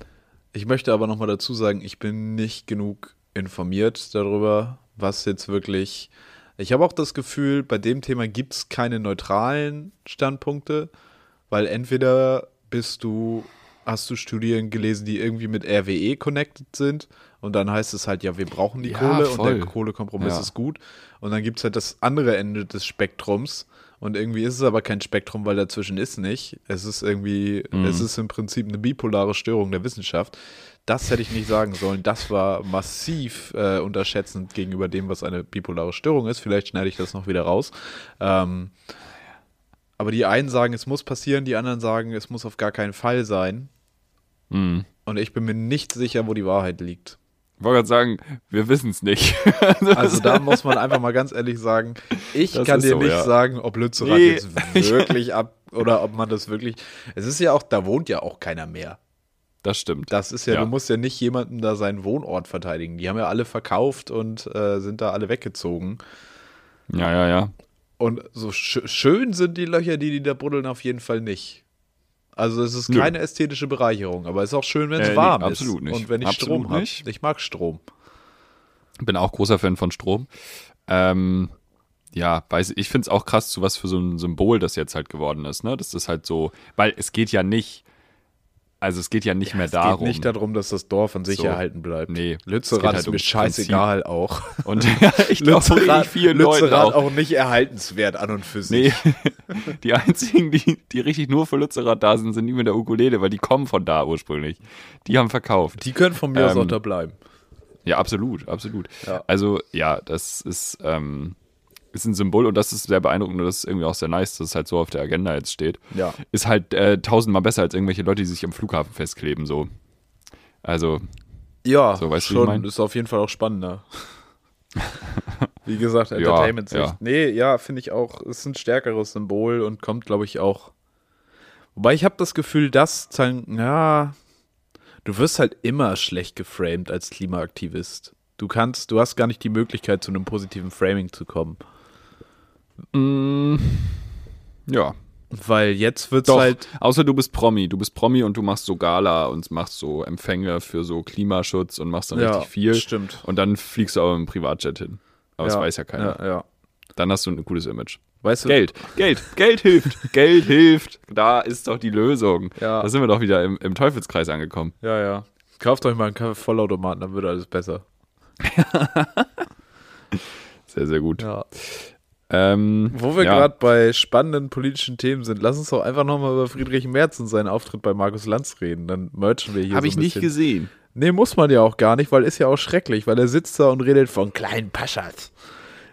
S2: Ich möchte aber nochmal dazu sagen, ich bin nicht genug informiert darüber, was jetzt wirklich. Ich habe auch das Gefühl, bei dem Thema gibt es keine neutralen Standpunkte, weil entweder bist du, hast du Studien gelesen, die irgendwie mit RWE connected sind und dann heißt es halt, ja, wir brauchen die
S1: Ja,
S2: Kohle und
S1: voll.
S2: der Kohlekompromiss
S1: Ja.
S2: ist gut. Und dann gibt es halt das andere Ende des Spektrums. Und irgendwie ist es aber kein Spektrum, weil dazwischen ist nicht. Es ist irgendwie, es ist im Prinzip eine bipolare Störung der Wissenschaft. Das hätte ich nicht sagen sollen. Das war massiv äh, unterschätzend gegenüber dem, was eine bipolare Störung ist. Vielleicht schneide ich das noch wieder raus. Ähm, aber die einen sagen, es muss passieren, die anderen sagen, es muss auf gar keinen Fall sein.
S1: Mhm.
S2: Und ich bin mir nicht sicher, wo die Wahrheit liegt.
S1: Ich wollte gerade sagen, wir wissen es nicht.
S2: Also da muss man einfach mal ganz ehrlich sagen, ich
S1: Das
S2: kann
S1: ist
S2: dir
S1: so,
S2: nicht
S1: ja.
S2: sagen, ob Lützerath
S1: Nee.
S2: jetzt wirklich ab oder ob man das wirklich. Es ist ja auch, da wohnt ja auch keiner mehr.
S1: Das stimmt.
S2: Das ist ja,
S1: Ja.
S2: du musst ja nicht jemandem da seinen Wohnort verteidigen. Die haben ja alle verkauft und äh, sind da alle weggezogen.
S1: Ja, ja, ja.
S2: Und so sch schön sind die Löcher, die die da buddeln, auf jeden Fall nicht. Also es ist
S1: Nö.
S2: keine ästhetische Bereicherung, aber es ist auch schön, wenn es
S1: Äh, nee,
S2: warm ist.
S1: absolut nicht.
S2: Und wenn ich
S1: Absolut
S2: Strom habe.
S1: nicht.
S2: Ich mag Strom.
S1: Bin auch großer Fan von Strom. Ähm, ja, weiß ich finde es auch krass, zu was für so ein Symbol das jetzt halt geworden ist, ne? Dass das halt so, weil es geht ja nicht, also es geht ja nicht mehr
S2: es
S1: darum.
S2: geht nicht darum, dass das Dorf an sich
S1: So.
S2: erhalten bleibt.
S1: Nee, es geht
S2: Lützerath
S1: halt
S2: ist
S1: um
S2: mir scheißegal auch.
S1: Und ja, ich glaube richtig vielen Leuten
S2: Lützerath
S1: auch.
S2: auch nicht erhaltenswert an und für sich.
S1: Nee, die einzigen, die, die richtig nur für Lützerath da sind, sind die mit der Ukulele, weil die kommen von da ursprünglich. Die haben verkauft.
S2: Die können von mir aus
S1: Ähm,
S2: auch da bleiben.
S1: Ja, absolut, absolut.
S2: Ja.
S1: Also ja, das ist, ähm, ist ein Symbol und das ist sehr beeindruckend und das ist irgendwie auch sehr nice, dass es halt so auf der Agenda jetzt steht.
S2: Ja.
S1: Ist halt äh, tausendmal besser als irgendwelche Leute, die sich am Flughafen festkleben, so. Also,
S2: Ja,
S1: So, weißt du, wie ich
S2: schon
S1: mein?
S2: ist auf jeden Fall auch spannender. Wie gesagt,
S1: Ja,
S2: Entertainment sicht
S1: ja.
S2: Nee, ja, finde ich auch, ist ein stärkeres Symbol und kommt, glaube ich, auch. Wobei ich habe das Gefühl, dass, ja, du wirst halt immer schlecht geframed als Klimaaktivist. Du kannst, du hast gar nicht die Möglichkeit, zu einem positiven Framing zu kommen.
S1: mm, ja.
S2: Weil jetzt wird's
S1: Doch,
S2: halt.
S1: außer du bist Promi. Du bist Promi und du machst so Gala und machst so Empfänge für so Klimaschutz und machst dann
S2: Ja,
S1: richtig viel.
S2: stimmt.
S1: Und dann fliegst du aber im Privatjet hin. Aber das weiß ja keiner.
S2: Ja, ja.
S1: Dann hast du ein cooles Image.
S2: Weißt du,
S1: Geld, Geld, Geld hilft, Geld hilft. Da ist doch die Lösung.
S2: Ja.
S1: Da sind wir doch wieder im, im Teufelskreis angekommen.
S2: Ja, ja. Kauft euch mal einen Kaffee-Vollautomaten, dann wird alles besser.
S1: Sehr, sehr gut.
S2: Ja.
S1: Ähm,
S2: Wo wir
S1: ja,
S2: gerade bei spannenden politischen Themen sind, lass uns doch einfach nochmal über Friedrich Merz und seinen Auftritt bei Markus Lanz reden. Dann merchen wir hier.
S1: Hab
S2: so ein
S1: ich nicht
S2: bisschen.
S1: gesehen.
S2: Nee, muss man ja auch gar nicht, weil ist ja auch schrecklich, weil er sitzt da und redet von kleinen Paschas.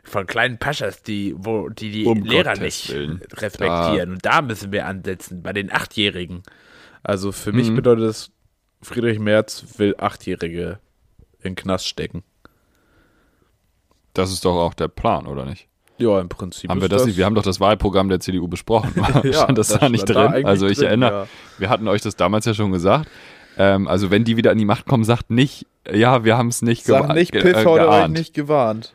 S2: Von kleinen Paschas, die wo, die, die
S1: Um
S2: Lehrer
S1: Gottes
S2: nicht
S1: Willen.
S2: respektieren. Und da müssen wir ansetzen, bei den Achtjährigen. Also für mich
S1: Mhm.
S2: bedeutet das, Friedrich Merz will Achtjährige in den Knast stecken.
S1: Das ist doch auch der Plan, oder nicht?
S2: Ja, im Prinzip.
S1: Haben
S2: ist
S1: wir das, nicht? Wir haben doch das Wahlprogramm der CDU besprochen. stand das
S2: das
S1: da nicht
S2: stand da
S1: drin?
S2: eigentlich
S1: also ich
S2: drin,
S1: erinnere,
S2: ja.
S1: wir hatten euch das damals ja schon gesagt. Ähm, also wenn die wieder an die Macht kommen, sagt nicht, ja, wir haben es nicht,
S2: Sag
S1: gea-
S2: nicht,
S1: ge- äh,
S2: Piff, hat er euch
S1: geahnt.
S2: nicht gewarnt.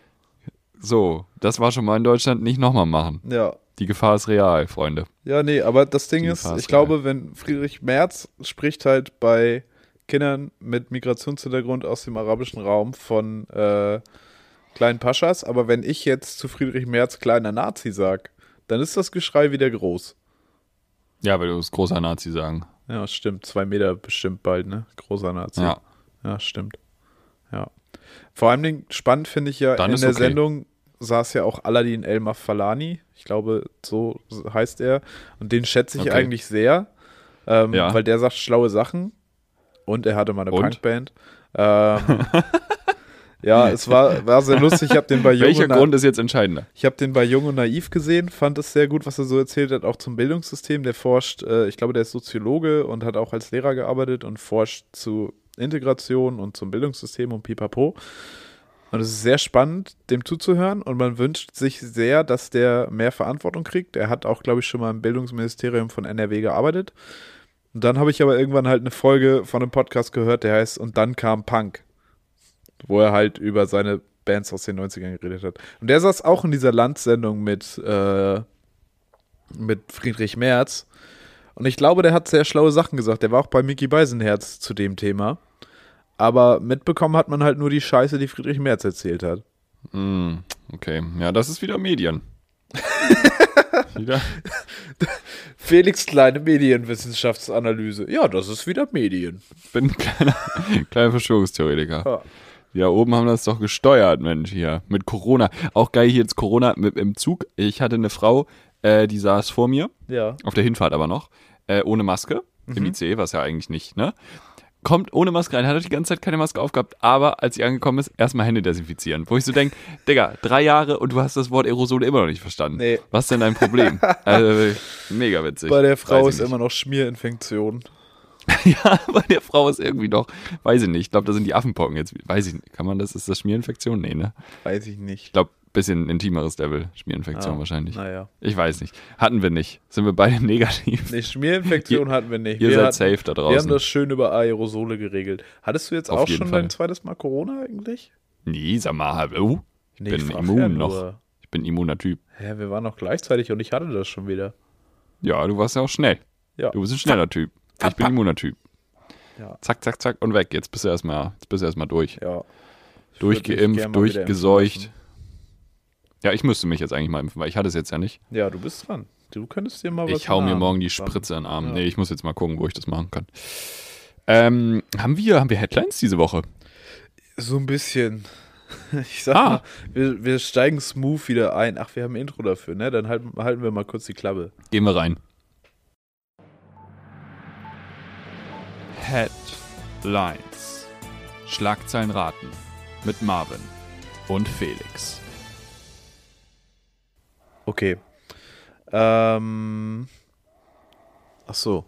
S1: So, das war schon mal in Deutschland, nicht nochmal machen.
S2: Ja.
S1: Die Gefahr ist real, Freunde.
S2: Ja, nee, aber das Ding
S1: Die
S2: ist,
S1: Phase,
S2: ich glaube, wenn Friedrich Merz spricht halt bei Kindern mit Migrationshintergrund aus dem arabischen Raum von äh, kleinen Paschas, aber wenn ich jetzt zu Friedrich Merz kleiner Nazi sag, dann ist das Geschrei wieder groß.
S1: Ja, weil du es großer Nazi sagen.
S2: Ja, stimmt. Zwei Meter bestimmt bald, ne? Großer Nazi.
S1: Ja.
S2: Ja, stimmt. Ja. Vor allem Dingen spannend finde ich ja,
S1: Dann
S2: in
S1: ist
S2: der
S1: okay.
S2: Sendung saß ja auch Aladin Elmar Falani. Ich glaube, so heißt er. Und den schätze ich
S1: Okay.
S2: eigentlich sehr, ähm,
S1: Ja.
S2: weil der sagt schlaue Sachen. Und er hatte mal eine
S1: Und?
S2: Punkband. Ähm, ja, es war, war sehr lustig. Ich habe den bei Jung
S1: Welcher
S2: und Na-
S1: Grund ist jetzt entscheidender?
S2: ich habe den bei Jung und Naiv gesehen, fand es sehr gut, was er so erzählt hat, auch zum Bildungssystem. Der forscht, äh, ich glaube, der ist Soziologe und hat auch als Lehrer gearbeitet und forscht zu Integration und zum Bildungssystem und pipapo. Und es ist sehr spannend, dem zuzuhören und man wünscht sich sehr, dass der mehr Verantwortung kriegt. Er hat auch, glaube ich, schon mal im Bildungsministerium von NRW gearbeitet. Und dann habe ich aber irgendwann halt eine Folge von einem Podcast gehört, der heißt Und dann kam Punk, wo er halt über seine Bands aus den 90ern geredet hat. Und der saß auch in dieser Landsendung mit, äh, mit Friedrich Merz. Und ich glaube, der hat sehr schlaue Sachen gesagt. Der war auch bei Mickey Beisenherz zu dem Thema. Aber mitbekommen hat man halt nur die Scheiße, die Friedrich Merz erzählt hat.
S1: Hm, okay, ja, das ist wieder Medien. wieder?
S2: Felix Kleine Medienwissenschaftsanalyse. Ja, das ist wieder Medien.
S1: Ich bin ein kleiner, kleiner Verschwörungstheoretiker.
S2: Ja.
S1: Die da oben haben das doch gesteuert, Mensch, hier. Mit Corona. Auch geil hier jetzt Corona mit, im Zug. Ich hatte eine Frau, äh, die saß vor mir,
S2: Ja.
S1: auf der Hinfahrt aber noch, äh, ohne Maske,
S2: Mhm.
S1: im ICE, was ja eigentlich nicht, ne? Kommt ohne Maske rein, hat die ganze Zeit keine Maske aufgehabt, aber als sie angekommen ist, erstmal Hände desinfizieren. Wo ich so denke, Digga, drei Jahre und du hast das Wort Aerosol immer noch nicht verstanden.
S2: Nee.
S1: Was ist denn dein Problem? also, mega witzig.
S2: Bei der Frau
S1: Weiß
S2: ist
S1: ich nicht.
S2: immer noch Schmierinfektion.
S1: Ja, bei der Frau ist irgendwie noch, weiß ich nicht, ich glaube, da sind die Affenpocken jetzt, weiß ich nicht, kann man das, ist das Schmierinfektion? Nee, ne?
S2: Weiß ich nicht.
S1: Ich glaube, bisschen intimeres Level, Schmierinfektion
S2: Ah,
S1: wahrscheinlich.
S2: Naja.
S1: Ich weiß nicht. Hatten wir nicht. Sind wir beide negativ.
S2: Nee, Schmierinfektion hatten wir nicht.
S1: Ihr
S2: wir
S1: seid
S2: hatten,
S1: safe da
S2: Wir haben
S1: draußen.
S2: das schön über Aerosole geregelt. Hattest du jetzt
S1: Auf
S2: auch
S1: jeden
S2: schon
S1: Fall.
S2: dein zweites Mal Corona eigentlich?
S1: Nee, sag mal, hallo. Ich
S2: Nee, ich
S1: bin
S2: frag ja
S1: immun noch.
S2: nur.
S1: Ich bin immuner Typ.
S2: Hä, wir waren noch gleichzeitig und ich hatte das schon wieder.
S1: Ja, du warst ja auch schnell.
S2: Ja.
S1: Du bist ein schneller Typ. Ich bin ein immuner Typ.
S2: Ja.
S1: Zack, zack, zack und weg. Jetzt bist du erstmal, jetzt bist du erstmal durch.
S2: Ja. Ich würd mich gern
S1: Durchgeimpft,
S2: mal wieder impfen
S1: durchgeseucht.
S2: lassen.
S1: Ja, ich müsste mich jetzt eigentlich mal impfen, weil ich hatte es jetzt ja nicht.
S2: Ja, du bist dran. Du könntest dir mal was
S1: Ich hau mir
S2: nahen.
S1: morgen die
S2: Dann-
S1: Spritze in den Arm.
S2: Ja.
S1: Nee, ich muss jetzt mal gucken, wo ich das machen kann. Ähm, haben wir, haben wir Headlines diese Woche?
S2: So ein bisschen. Ich sag
S1: Ah.
S2: mal, wir, wir steigen smooth wieder ein. Ach, wir haben ein Intro dafür, ne? Dann halten, halten wir mal kurz die Klappe.
S1: Gehen wir rein. Headlines. Schlagzeilen raten. Mit Marvin und Felix.
S2: Okay. Ähm. Ach so.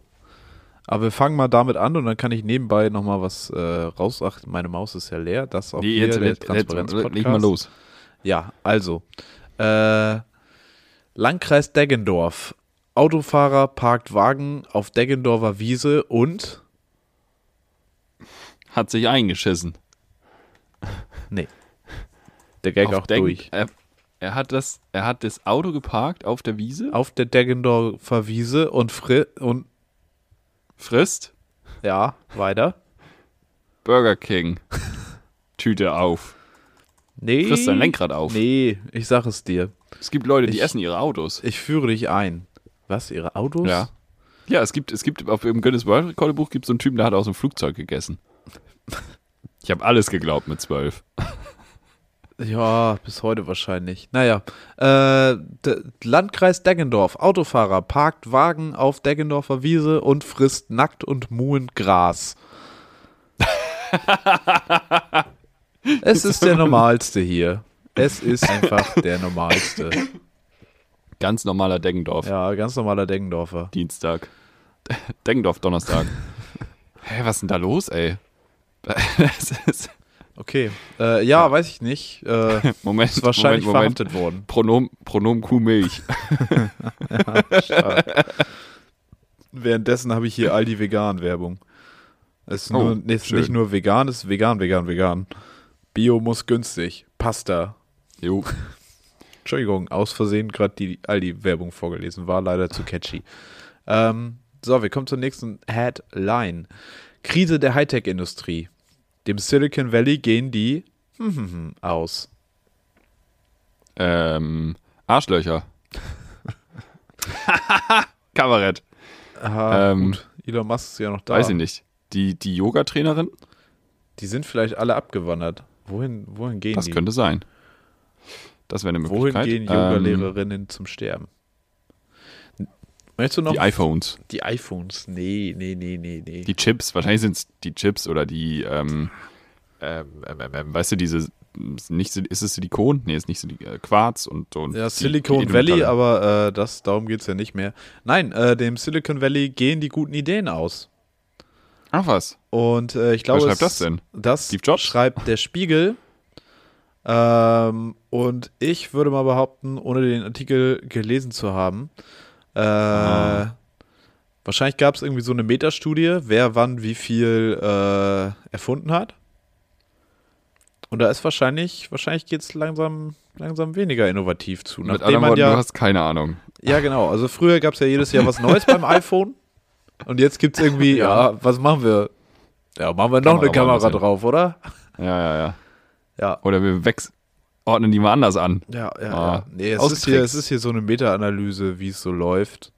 S2: Aber wir fangen mal damit an und dann kann ich nebenbei nochmal was äh, raus. Ach, meine Maus ist ja leer. Das ist auch
S1: Nee,
S2: hier
S1: jetzt,
S2: der
S1: jetzt, jetzt
S2: Transparenz-Podcast.
S1: leg mal los.
S2: Ja, also. Äh, Landkreis Deggendorf. Autofahrer parkt Wagen auf Deggendorfer Wiese und.
S1: Hat sich eingeschissen.
S2: Nee. Der Gag
S1: Auf
S2: auch
S1: Denk-
S2: durch.
S1: Er, er, hat das, er hat das Auto geparkt auf der Wiese,
S2: Auf der Deggendorfer Wiese und fri und
S1: frisst
S2: ja, weiter.
S1: Burger King. Tüte auf.
S2: Nee.
S1: Frisst sein Lenkrad auf.
S2: Nee, ich sag es dir.
S1: Es gibt Leute, die
S2: Ich-
S1: essen ihre Autos.
S2: Ich führe dich ein. Was, ihre Autos?
S1: Ja. Ja, es gibt, es gibt auf dem Guinness World Record Buch gibt es so einen Typen, der hat aus dem Flugzeug gegessen. Ich habe alles geglaubt mit zwölf.
S2: Ja, bis heute wahrscheinlich. Naja, äh, D- Landkreis Deggendorf. Autofahrer parkt Wagen auf Deggendorfer Wiese und frisst nackt und muhend Gras. es ist der Normalste hier. Es ist einfach der Normalste.
S1: Ganz normaler Deggendorf.
S2: Ja, ganz normaler Deggendorfer.
S1: Dienstag. Deggendorf Donnerstag. Hä, was ist denn da los, ey? Das ist,
S2: Okay. Äh, ja, weiß ich nicht. Äh,
S1: Moment,
S2: ist wahrscheinlich
S1: Moment, Moment.
S2: verhaftet worden.
S1: Pronomen, Pronomen Kuh Milch.
S2: Währenddessen habe ich hier Aldi Vegan-Werbung. Es ist,
S1: Oh,
S2: nur, nee, es ist
S1: schön.
S2: nicht nur vegan, es ist vegan, vegan, vegan. Bio muss günstig. Pasta.
S1: Jo.
S2: Entschuldigung, aus Versehen gerade die Aldi-Werbung vorgelesen. War leider zu catchy. ähm, so, wir kommen zur nächsten Headline. Krise der Hightech-Industrie. Dem Silicon Valley gehen die hm, aus.
S1: Ähm, Arschlöcher. Kabarett.
S2: Aha,
S1: Ähm,
S2: gut. Elon Musk ist ja noch da.
S1: Weiß ich nicht. Die, die Yoga-Trainerin?
S2: Die sind vielleicht alle abgewandert. Wohin, wohin gehen
S1: Das
S2: die?
S1: könnte sein. Das wäre eine
S2: Wohin
S1: Möglichkeit.
S2: gehen
S1: Ähm,
S2: Yoga-Lehrerinnen zum Sterben? Möchtest du noch
S1: die iPhones.
S2: die iPhones? Nee, nee, nee, nee, nee.
S1: Die Chips, wahrscheinlich sind es die Chips oder die, ähm, ähm, ähm, ähm, ähm, weißt du, diese, nicht, Sil- ist es Silikon? Nee, ist nicht Silikon, äh, Quarz und, und
S2: ja,
S1: die-
S2: Silicon
S1: die
S2: Valley,
S1: Edelmetalle.
S2: aber äh, das, darum geht es ja nicht mehr. Nein, äh, dem Silicon Valley gehen die guten Ideen aus.
S1: Ach was,
S2: Und äh, ich glaube,
S1: schreibt
S2: es-
S1: das denn?
S2: Das
S1: Steve Jobs?
S2: schreibt der Spiegel. Ähm, und ich würde mal behaupten, ohne den Artikel gelesen zu haben, äh,
S1: Ah.
S2: wahrscheinlich gab es irgendwie so eine Metastudie, wer wann wie viel äh, erfunden hat. Und da ist wahrscheinlich, wahrscheinlich geht es langsam, langsam weniger innovativ zu.
S1: mit
S2: Nachdem
S1: anderen
S2: man
S1: Worten, du
S2: ja,
S1: hast keine Ahnung.
S2: ja, genau. Also früher gab es ja jedes Jahr was Neues beim iPhone. Und jetzt gibt es irgendwie, ja, was machen wir? Ja, machen wir noch eine
S1: Kamera woanders
S2: Kamera
S1: hin.
S2: drauf, oder?
S1: Ja, ja, ja.
S2: Ja,
S1: Oder wir wechseln, ordnen die mal anders an.
S2: Ja, ja,
S1: Ah,
S2: ja. Nee, es ist,
S1: ausgetrickst.
S2: hier, es ist hier so eine Meta-Analyse, wie es so läuft.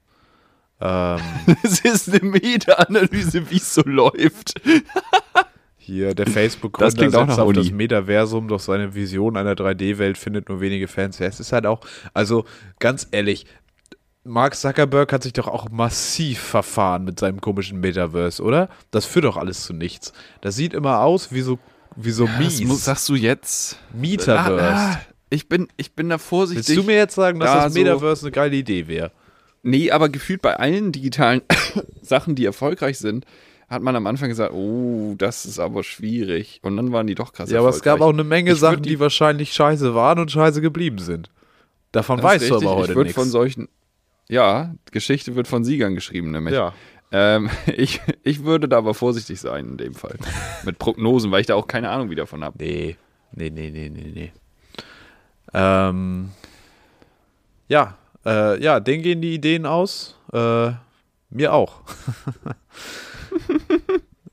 S2: Ähm,
S1: Es ist eine Meta-Analyse, wie es so läuft.
S2: hier, der
S1: Das
S2: Facebook-Gründer
S1: klingt auch nach
S2: setzt auf
S1: Uni.
S2: das Metaversum, doch seine Vision einer 3D-Welt findet nur wenige Fans. Ja, es ist halt auch, also ganz ehrlich, Mark Zuckerberg hat sich doch auch massiv verfahren mit seinem komischen Metaverse, oder? Das führt doch alles zu nichts. Das sieht immer aus wie so, wie so
S1: Was muss,
S2: mies.
S1: sagst du jetzt?
S2: Metaverse.
S1: Ah, ah, ich, bin, ich bin da vorsichtig.
S2: Willst du mir jetzt sagen, dass
S1: Ja,
S2: das
S1: so-
S2: Metaverse eine geile Idee wäre?
S1: Nee, aber gefühlt bei allen digitalen Sachen, die erfolgreich sind, hat man am Anfang gesagt, oh, das ist aber schwierig. Und dann waren die doch krass
S2: Ja, aber es gab auch
S1: erfolgreich.
S2: eine Menge
S1: Ich würd
S2: Sachen, die,
S1: die-
S2: wahrscheinlich scheiße waren und scheiße geblieben sind. Davon
S1: Das ist
S2: weißt du
S1: richtig.
S2: aber
S1: Ich
S2: heute
S1: würde von
S2: nichts.
S1: solchen, ja, Geschichte wird von Siegern geschrieben, nämlich.
S2: Ja.
S1: Ähm, ich, ich würde da aber vorsichtig sein in dem Fall. Mit Prognosen, weil ich da auch keine Ahnung wieder von habe.
S2: Nee, nee, nee, nee, nee, nee. Ähm, ja, äh, ja, denen gehen die Ideen aus. Äh, Mir auch.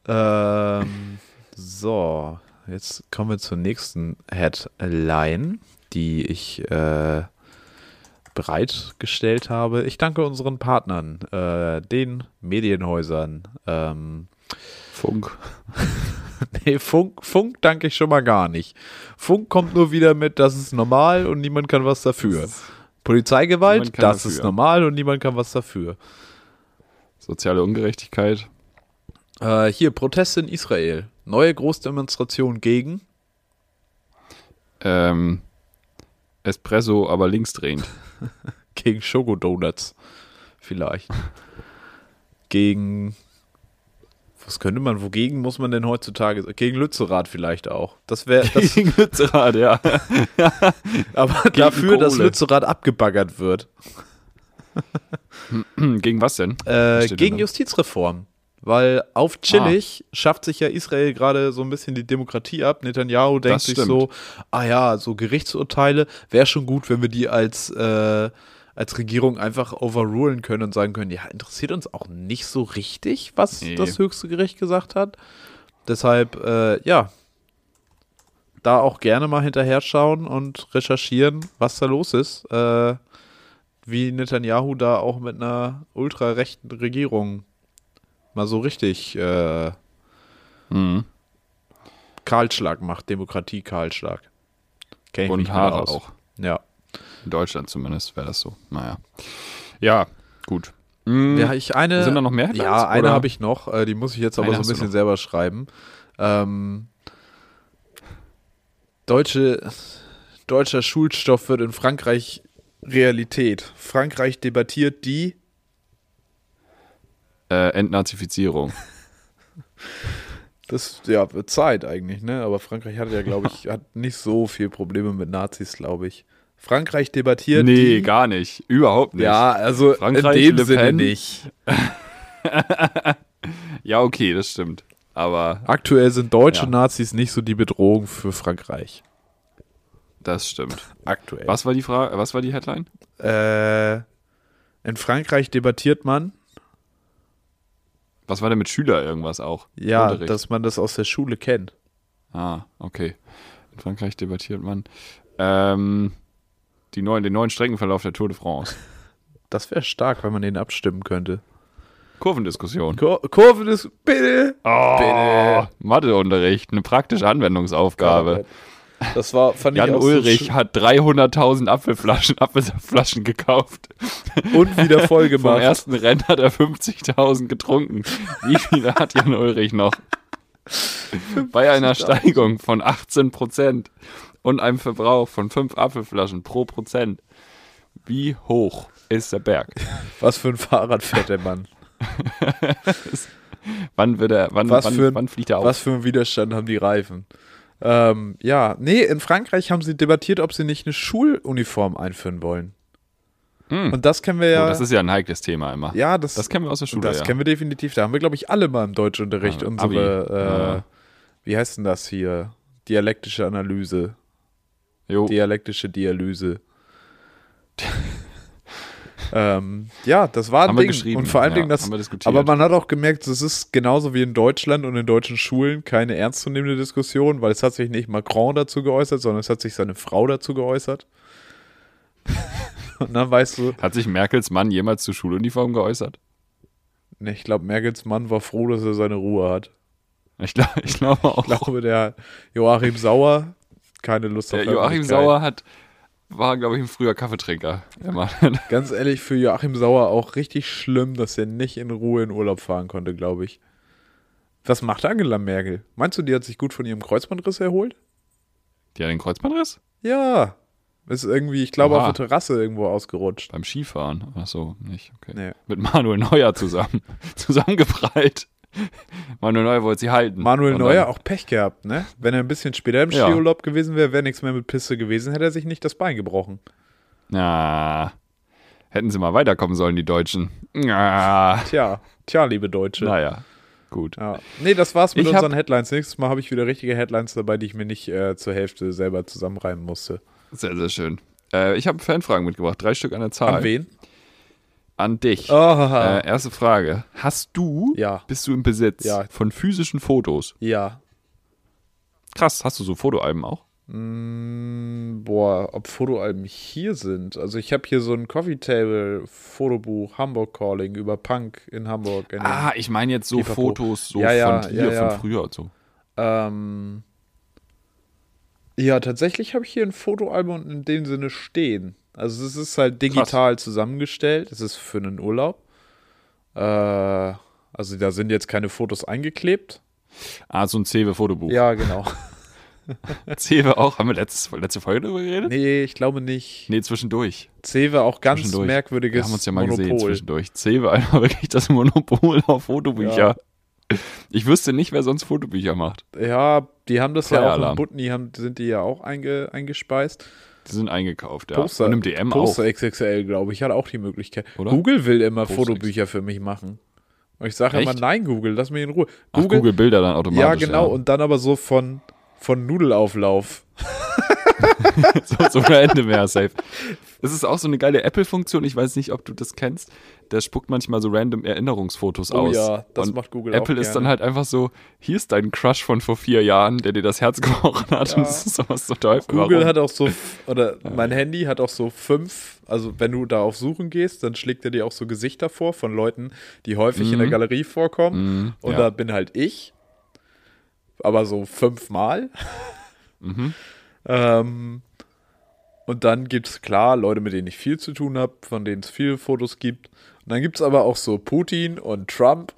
S2: ähm, so, jetzt kommen wir zur nächsten Headline, die ich äh, bereitgestellt habe. Ich danke unseren Partnern, äh, den Medienhäusern. Ähm,
S1: Funk.
S2: nee, Funk, Funk danke ich schon mal gar nicht. Funk kommt nur wieder mit, das ist normal und niemand kann was dafür. Polizeigewalt,
S1: Niemand kann
S2: das
S1: dafür.
S2: ist normal und niemand kann was dafür.
S1: Soziale Ungerechtigkeit.
S2: Äh, hier, Proteste in Israel. Neue Großdemonstration gegen.
S1: Ähm, Espresso, aber linksdrehend.
S2: Gegen Schokodonuts. Vielleicht. gegen. Was könnte man, wogegen muss man denn heutzutage. Gegen Lützerath vielleicht auch. Das wäre. Das,
S1: Gegen Lützerath, ja.
S2: aber dafür, dass
S1: Kohle.
S2: Lützerath abgebaggert wird.
S1: Gegen was denn?
S2: Äh,
S1: steht
S2: gegen
S1: denn da?
S2: Justizreform. Weil auf chillig schafft sich ja Israel gerade so ein bisschen die Demokratie ab. Netanyahu denkt sich
S1: stimmt.
S2: so, ah ja, so Gerichtsurteile wäre schon gut, wenn wir die als, äh, als Regierung einfach overrulen können und sagen können, ja, interessiert uns auch nicht so richtig, was
S1: Nee.
S2: das höchste Gericht gesagt hat. Deshalb, äh, ja, da auch gerne mal hinterher schauen und recherchieren, was da los ist. Äh, wie Netanyahu da auch mit einer ultrarechten Regierung mal so richtig äh,
S1: Mhm.
S2: Kahlschlag macht, Demokratie-Kahlschlag. Kenn mich
S1: Und
S2: mit
S1: Haare
S2: aus.
S1: auch.
S2: Ja.
S1: In Deutschland zumindest wäre das so. Naja. Ja, gut. Mhm.
S2: Ja, ich eine,
S1: Sind da noch mehr Headlines,
S2: Ja, eine
S1: Äh, oder?
S2: habe ich noch, äh, die muss ich jetzt aber
S1: Eine
S2: so ein
S1: hast du
S2: bisschen
S1: noch.
S2: selber schreiben. Ähm, deutsche, deutscher Schulstoff wird in Frankreich Realität. Frankreich debattiert die
S1: Äh, Entnazifizierung.
S2: Das ja wird Zeit eigentlich, ne? Aber Frankreich hat ja, glaube ich, hat nicht so viel Probleme mit Nazis, glaube ich. Frankreich debattiert.
S1: nee,
S2: die,
S1: gar nicht. Überhaupt nicht.
S2: Ja, also
S1: Frankreich,
S2: in dem
S1: Le
S2: Sinne
S1: Pen.
S2: nicht.
S1: ja, okay, das stimmt. Aber
S2: Aktuell sind deutsche
S1: Ja.
S2: Nazis nicht so die Bedrohung für Frankreich.
S1: das stimmt.
S2: Aktuell.
S1: Was war die Frage? Was war die Headline?
S2: Äh, in Frankreich debattiert man,
S1: Was war denn mit Schüler irgendwas auch?
S2: ja,
S1: Unterricht.
S2: dass man das aus der Schule kennt.
S1: Ah, okay. In Frankreich debattiert man. Ähm, die neuen, den neuen Streckenverlauf der Tour de France.
S2: Das wäre stark, wenn man den abstimmen könnte.
S1: Kurvendiskussion.
S2: Kur Kurven ist bitte.
S1: Oh,
S2: Bitte.
S1: Matheunterricht, eine praktische Anwendungsaufgabe.
S2: Das war fand ich
S1: Jan
S2: auch so
S1: Ulrich hat 300.000 Apfelflaschen, Apfelflaschen gekauft.
S2: sch- und wieder voll
S1: Vom
S2: gemacht.
S1: ersten Rennen hat er 50.000 getrunken. Wie viele hat Jan Ulrich noch? Bei einer Steigung von 18 Prozent und einem Verbrauch von 5 Apfelflaschen pro Prozent. Wie hoch ist der Berg?
S2: Was für ein Fahrrad fährt der Mann?
S1: Wann, wird er, wann,
S2: Was
S1: wann,
S2: für ein-
S1: wann fliegt er auf?
S2: Was für einen Widerstand haben die Reifen? Ähm, ja, nee, in Frankreich haben sie debattiert, ob sie nicht eine Schuluniform einführen wollen.
S1: Hm.
S2: Und das kennen wir ja.
S1: Oh, das ist ja ein heikles Thema immer.
S2: ja, das,
S1: Das kennen wir aus der Schule.
S2: das
S1: ja.
S2: kennen wir definitiv. Da haben wir, glaube ich, alle mal im Deutschunterricht
S1: Ja,
S2: unsere,
S1: Abi.
S2: äh,
S1: Ja.
S2: wie heißt denn das hier? Dialektische Analyse.
S1: jo.
S2: Dialektische Dialyse. ähm, ja, das war ein
S1: Haben wir
S2: Ding.
S1: geschrieben,
S2: Und vor allen
S1: ja,
S2: Dingen das.
S1: haben wir diskutiert.
S2: aber man hat auch gemerkt, es ist genauso wie in Deutschland und in deutschen Schulen keine ernstzunehmende Diskussion, weil es hat sich nicht Macron dazu geäußert, sondern es hat sich seine Frau dazu geäußert. und dann weißt du,
S1: Hat sich Merkels Mann jemals zur Schuluniform geäußert?
S2: ne, ich glaube, Merkels Mann war froh, dass er seine Ruhe hat.
S1: Ich glaube ich glaube auch.
S2: Ich glaube, der Joachim Sauer keine Lust auf
S1: der Joachim
S2: Öffentlichkeit.
S1: Sauer hat, war, glaube ich, ein früher Kaffeetrinker. Der Mann.
S2: Ganz ehrlich, für Joachim Sauer auch richtig schlimm, dass er nicht in Ruhe in Urlaub fahren konnte, glaube ich. Was macht Angela Merkel? Meinst du, die hat sich gut von ihrem Kreuzbandriss erholt?
S1: Die hat den Kreuzbandriss?
S2: Ja. Ist irgendwie, ich glaube,
S1: Oha.
S2: auf der Terrasse irgendwo ausgerutscht.
S1: Beim Skifahren. Ach so, nicht. Okay.
S2: Nee.
S1: Mit Manuel Neuer zusammen. Zusammengeprallt. Manuel Neuer wollte sie halten.
S2: Manuel
S1: Und
S2: Neuer
S1: dann-
S2: auch Pech gehabt, ne? Wenn er ein bisschen später im
S1: Ja.
S2: Skiurlaub gewesen wäre, wäre nichts mehr mit Piste gewesen, hätte er sich nicht das Bein gebrochen.
S1: Na. Hätten sie mal weiterkommen sollen, die Deutschen. Na,
S2: Tja, tja, liebe Deutsche.
S1: naja. Gut.
S2: Ja. Nee, das war's mit
S1: Ich hab-
S2: unseren Headlines. Nächstes Mal habe ich wieder richtige Headlines dabei, die ich mir nicht äh, zur Hälfte selber zusammenreimen musste.
S1: Sehr, sehr schön. Äh, ich habe Fanfragen mitgebracht. Drei Stück an der Zahl.
S2: An wen?
S1: an dich.
S2: Oha.
S1: Äh, erste Frage. Hast du,
S2: Ah. Ja.
S1: bist du im Besitz
S2: Ja.
S1: von physischen Fotos?
S2: Ja.
S1: Krass, hast du so Fotoalben auch?
S2: Mm, boah, ob Fotoalben hier sind. Also ich habe hier so ein Coffee Table Fotobuch Hamburg Calling über Punk in Hamburg. E In
S1: Ah, ich meine jetzt so
S2: Pipapo.
S1: Fotos so
S2: Ja, ja,
S1: von dir,
S2: ja, ja.
S1: von früher und so.
S2: Ähm, ja, tatsächlich habe ich hier ein Fotoalbum und in dem Sinne stehen. Also es ist halt digital zusammengestellt. Es ist für einen Urlaub. Äh, also da sind jetzt keine Fotos eingeklebt.
S1: Ah, so ein Zewe-Fotobuch.
S2: Ja, genau.
S1: Zewe auch, haben wir letztes, letzte Folge darüber geredet?
S2: nee, ich glaube nicht.
S1: Nee, zwischendurch.
S2: Zewe auch ganz
S1: Zwischendurch.
S2: merkwürdiges
S1: Wir haben uns ja mal
S2: Monopol.
S1: gesehen zwischendurch. Zewe einfach wirklich das Monopol auf Fotobücher. Ich wüsste nicht, wer sonst Fotobücher macht.
S2: Ja, die haben das ja auch
S1: Feueralarm.
S2: in Butni, haben, sind die ja auch einge, eingespeist.
S1: Die sind eingekauft, ja.
S2: Poster,
S1: Und im DM
S2: Poster XXL, glaube ich, hat auch die Möglichkeit.
S1: Oder?
S2: Google will immer
S1: Poster
S2: Fotobücher für mich machen. Und ich sage
S1: Echt?
S2: immer, nein, Google, lass mich in Ruhe.
S1: auch. Google, Ach, Google Bilder dann automatisch.
S2: ja, genau, und dann aber so von, von Nudelauflauf.
S1: so zum Ende mehr safe. Das ist auch so eine geile Apple-Funktion. Ich weiß nicht, ob du das kennst. Da spuckt manchmal so random Erinnerungsfotos
S2: Oh
S1: aus.
S2: ja, das
S1: und
S2: macht Google auch
S1: Apple ist
S2: gerne.
S1: dann halt einfach so: Hier ist dein Crush von vor vier Jahren, der dir das Herz gebrochen hat.
S2: Ja.
S1: Und das ist sowas total.
S2: Google
S1: Warum?
S2: hat auch so, f- oder mein Handy hat auch so fünf, also wenn du da auf Suchen gehst, dann schlägt er dir auch so Gesichter vor von Leuten, die häufig in der Galerie vorkommen.
S1: Mhm,
S2: Und
S1: ja.
S2: da bin halt ich, aber so fünfmal.
S1: Mhm.
S2: ähm, und dann gibt es klar Leute, mit denen ich viel zu tun habe, von denen es viele Fotos gibt. Und dann gibt es aber auch so Putin und Trump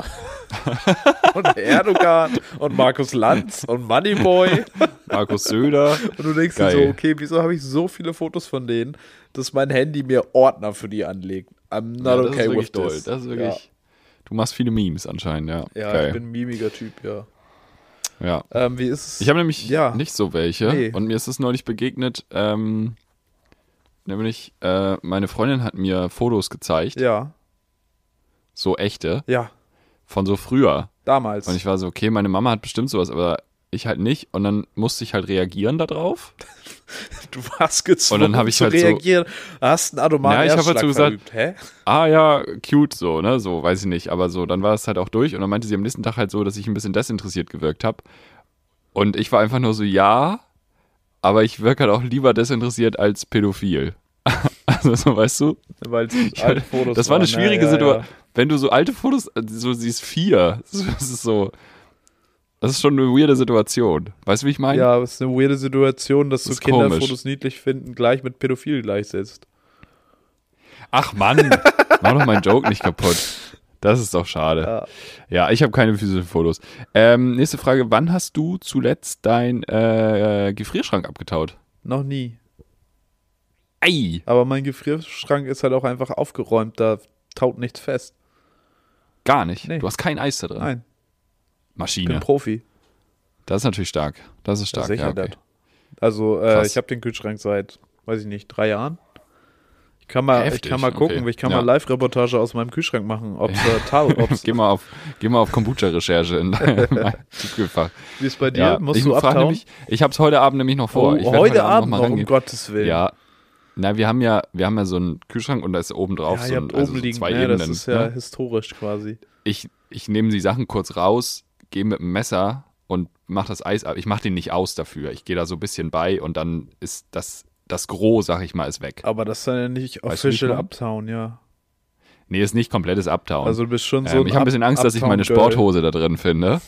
S2: und Erdogan und Markus Lanz und Moneyboy.
S1: Markus Söder.
S2: Und du denkst dir so,
S1: Geil.
S2: okay, wieso habe ich so viele Fotos von denen, dass mein Handy mir Ordner für die anlegt? I'm
S1: Ja,
S2: not
S1: das
S2: okay
S1: ist wirklich
S2: with
S1: toll.
S2: this.
S1: Das ist wirklich. Du machst viele Memes anscheinend, ja.
S2: ja, ja
S1: Geil.
S2: ich bin ein mimiger Typ, ja.
S1: ja.
S2: Ähm, wie ist es?
S1: Ich habe nämlich
S2: Ja.
S1: nicht so welche
S2: Nee.
S1: und mir ist es neulich begegnet. Ähm, nämlich, äh, meine Freundin hat mir Fotos gezeigt,
S2: ja,
S1: so echte,
S2: ja,
S1: von so früher.
S2: damals.
S1: Und ich war so, okay, meine Mama hat bestimmt sowas, aber ich halt nicht. Und dann musste ich halt reagieren darauf.
S2: du warst gezwungen
S1: Und dann hab ich
S2: zu
S1: halt so-
S2: reagieren, hast einen atomaren
S1: Ja, ich hab halt
S2: Erstschlag
S1: so gesagt-
S2: verübt. Hä?
S1: Ah ja, cute so, ne? So, weiß ich nicht. Aber so, dann war es halt auch durch. Und dann meinte sie am nächsten Tag halt so, dass ich ein bisschen desinteressiert gewirkt habe. Und ich war einfach nur so, ja, aber ich wirke halt auch lieber desinteressiert als pädophil. also so, weißt du?
S2: Weil es alte Fotos
S1: Das war eine
S2: waren, ne, ja,
S1: schwierige
S2: ja,
S1: Situation.
S2: Ja.
S1: Wenn du so alte Fotos, also so sie ist vier, das ist so, das ist schon eine weirde Situation. Weißt du, wie ich meine?
S2: Ja, aber es ist eine weirde Situation, dass du
S1: ist
S2: Kinderfotos
S1: komisch.
S2: niedlich finden gleich mit Pädophil gleichsetzt.
S1: Ach Mann, mach doch meinen Joke nicht kaputt. Das ist doch schade. Ja, ich habe keine physischen Fotos. Ähm, nächste Frage, wann hast du zuletzt deinen äh, Gefrierschrank abgetaut?
S2: Noch nie.
S1: Ei,
S2: Aber mein Gefrierschrank ist halt auch einfach aufgeräumt, da taut nichts fest.
S1: gar nicht.
S2: Nee.
S1: Du hast kein Eis da drin.
S2: Nein, ich bin
S1: Maschine.
S2: Profi.
S1: Das ist natürlich stark. Das ist stark.
S2: Sicher
S1: Ja, okay.
S2: das. Also äh,
S1: Krass.
S2: ich habe den Kühlschrank seit, weiß ich nicht, drei Jahren. Ich kann mal, ich
S1: Heftig,
S2: kann mal gucken,
S1: okay.
S2: ich kann
S1: Ja.
S2: mal Live-Reportage aus meinem Kühlschrank machen, ob äh, Tau, ob's,
S1: Geh mal auf, geh mal auf Kombucha-Recherche in deinem Tiefkühlfach.
S2: wie es bei dir,
S1: Ja,
S2: musst
S1: ich
S2: du
S1: frag
S2: abtauen?
S1: nämlich, ich habe es heute Abend nämlich noch vor.
S2: oh,
S1: ich werd
S2: heute Abend
S1: mal
S2: noch, um
S1: rangehen.
S2: Gottes Willen.
S1: Ja. Na, wir haben ja, wir haben ja so einen Kühlschrank und da ist oben drauf
S2: ja
S1: so,
S2: ihr
S1: ein,
S2: habt
S1: also
S2: oben
S1: so
S2: liegen,
S1: zwei
S2: ne?
S1: Ebenen.
S2: das ist ja
S1: ne?
S2: historisch quasi.
S1: Ich, ich nehme die Sachen kurz raus, gehe mit dem Messer und mache das Eis ab. Ich mache den nicht aus dafür. Ich gehe da so ein bisschen bei und dann ist das, das Gros, sag ich mal, ist weg.
S2: Aber das ist dann ja nicht
S1: Weißt du, wie ich
S2: official
S1: mein?
S2: Uptown, ja.
S1: Nee, ist nicht komplettes Abtauen.
S2: Also du bist schon so
S1: ähm, ich habe ein bisschen Angst, dass ich meine
S2: Uptown-Girl.
S1: Sporthose da drin finde.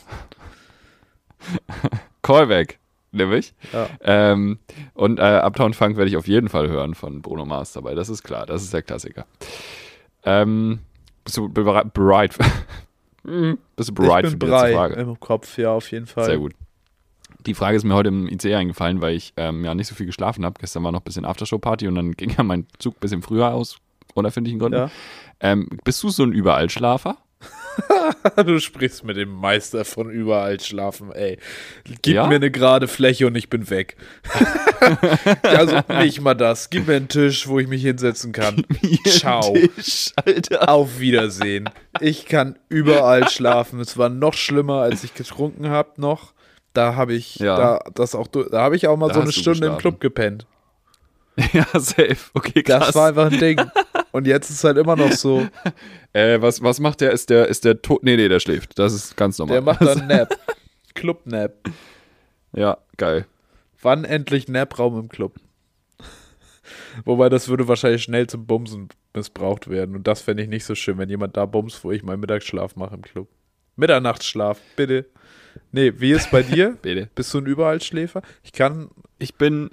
S1: Callback, nämlich.
S2: Ja.
S1: Ähm, und äh, Uptown Funk werde ich auf jeden Fall hören von Bruno Mars dabei. Das ist klar, das ist der Klassiker. Ähm, bist du bereit? bereit Hm, bist du bereit
S2: Ich
S1: für
S2: bin
S1: die letzte
S2: brei
S1: Frage?
S2: im Kopf, ja, auf jeden Fall.
S1: Sehr gut. Die Frage ist mir heute im ICE eingefallen, weil ich ähm, ja nicht so viel geschlafen habe. Gestern war noch ein bisschen Aftershow-Party und dann ging ja mein Zug ein bisschen früher aus, unerfindlichen Gründen.
S2: Ja.
S1: Ähm, bist du so ein Überallschlafer?
S2: Du sprichst mit dem Meister von überall schlafen, ey. Gib
S1: Ja?
S2: mir eine gerade Fläche und ich bin weg. also nicht mal das. Gib mir einen Tisch, wo ich mich hinsetzen kann. Ciao.
S1: Alter.
S2: Auf Wiedersehen. Ich kann überall schlafen. Es war noch schlimmer, als ich getrunken habe noch. Da habe ich
S1: Ja.
S2: da das auch du- da habe ich auch mal
S1: Da
S2: so eine
S1: hast du
S2: Stunde im
S1: geschlafen.
S2: Club gepennt.
S1: Ja, safe. Okay,
S2: Das
S1: krass.
S2: war einfach ein Ding. Und jetzt ist halt immer noch so,
S1: Äh, was, was macht der? Ist der, ist der tot? Nee, nee, der schläft. Das ist ganz normal.
S2: der macht dann Nap. Club-Nap.
S1: ja, geil.
S2: Wann endlich Napraum im Club? Wobei das würde wahrscheinlich schnell zum Bumsen missbraucht werden. Und das fände ich nicht so schön, wenn jemand da bumst, wo ich meinen Mittagsschlaf mache im Club. Mitternachtsschlaf, bitte. Nee, wie ist bei dir?
S1: Bitte.
S2: Bist du ein Überallschläfer? Ich kann,
S1: Ich bin.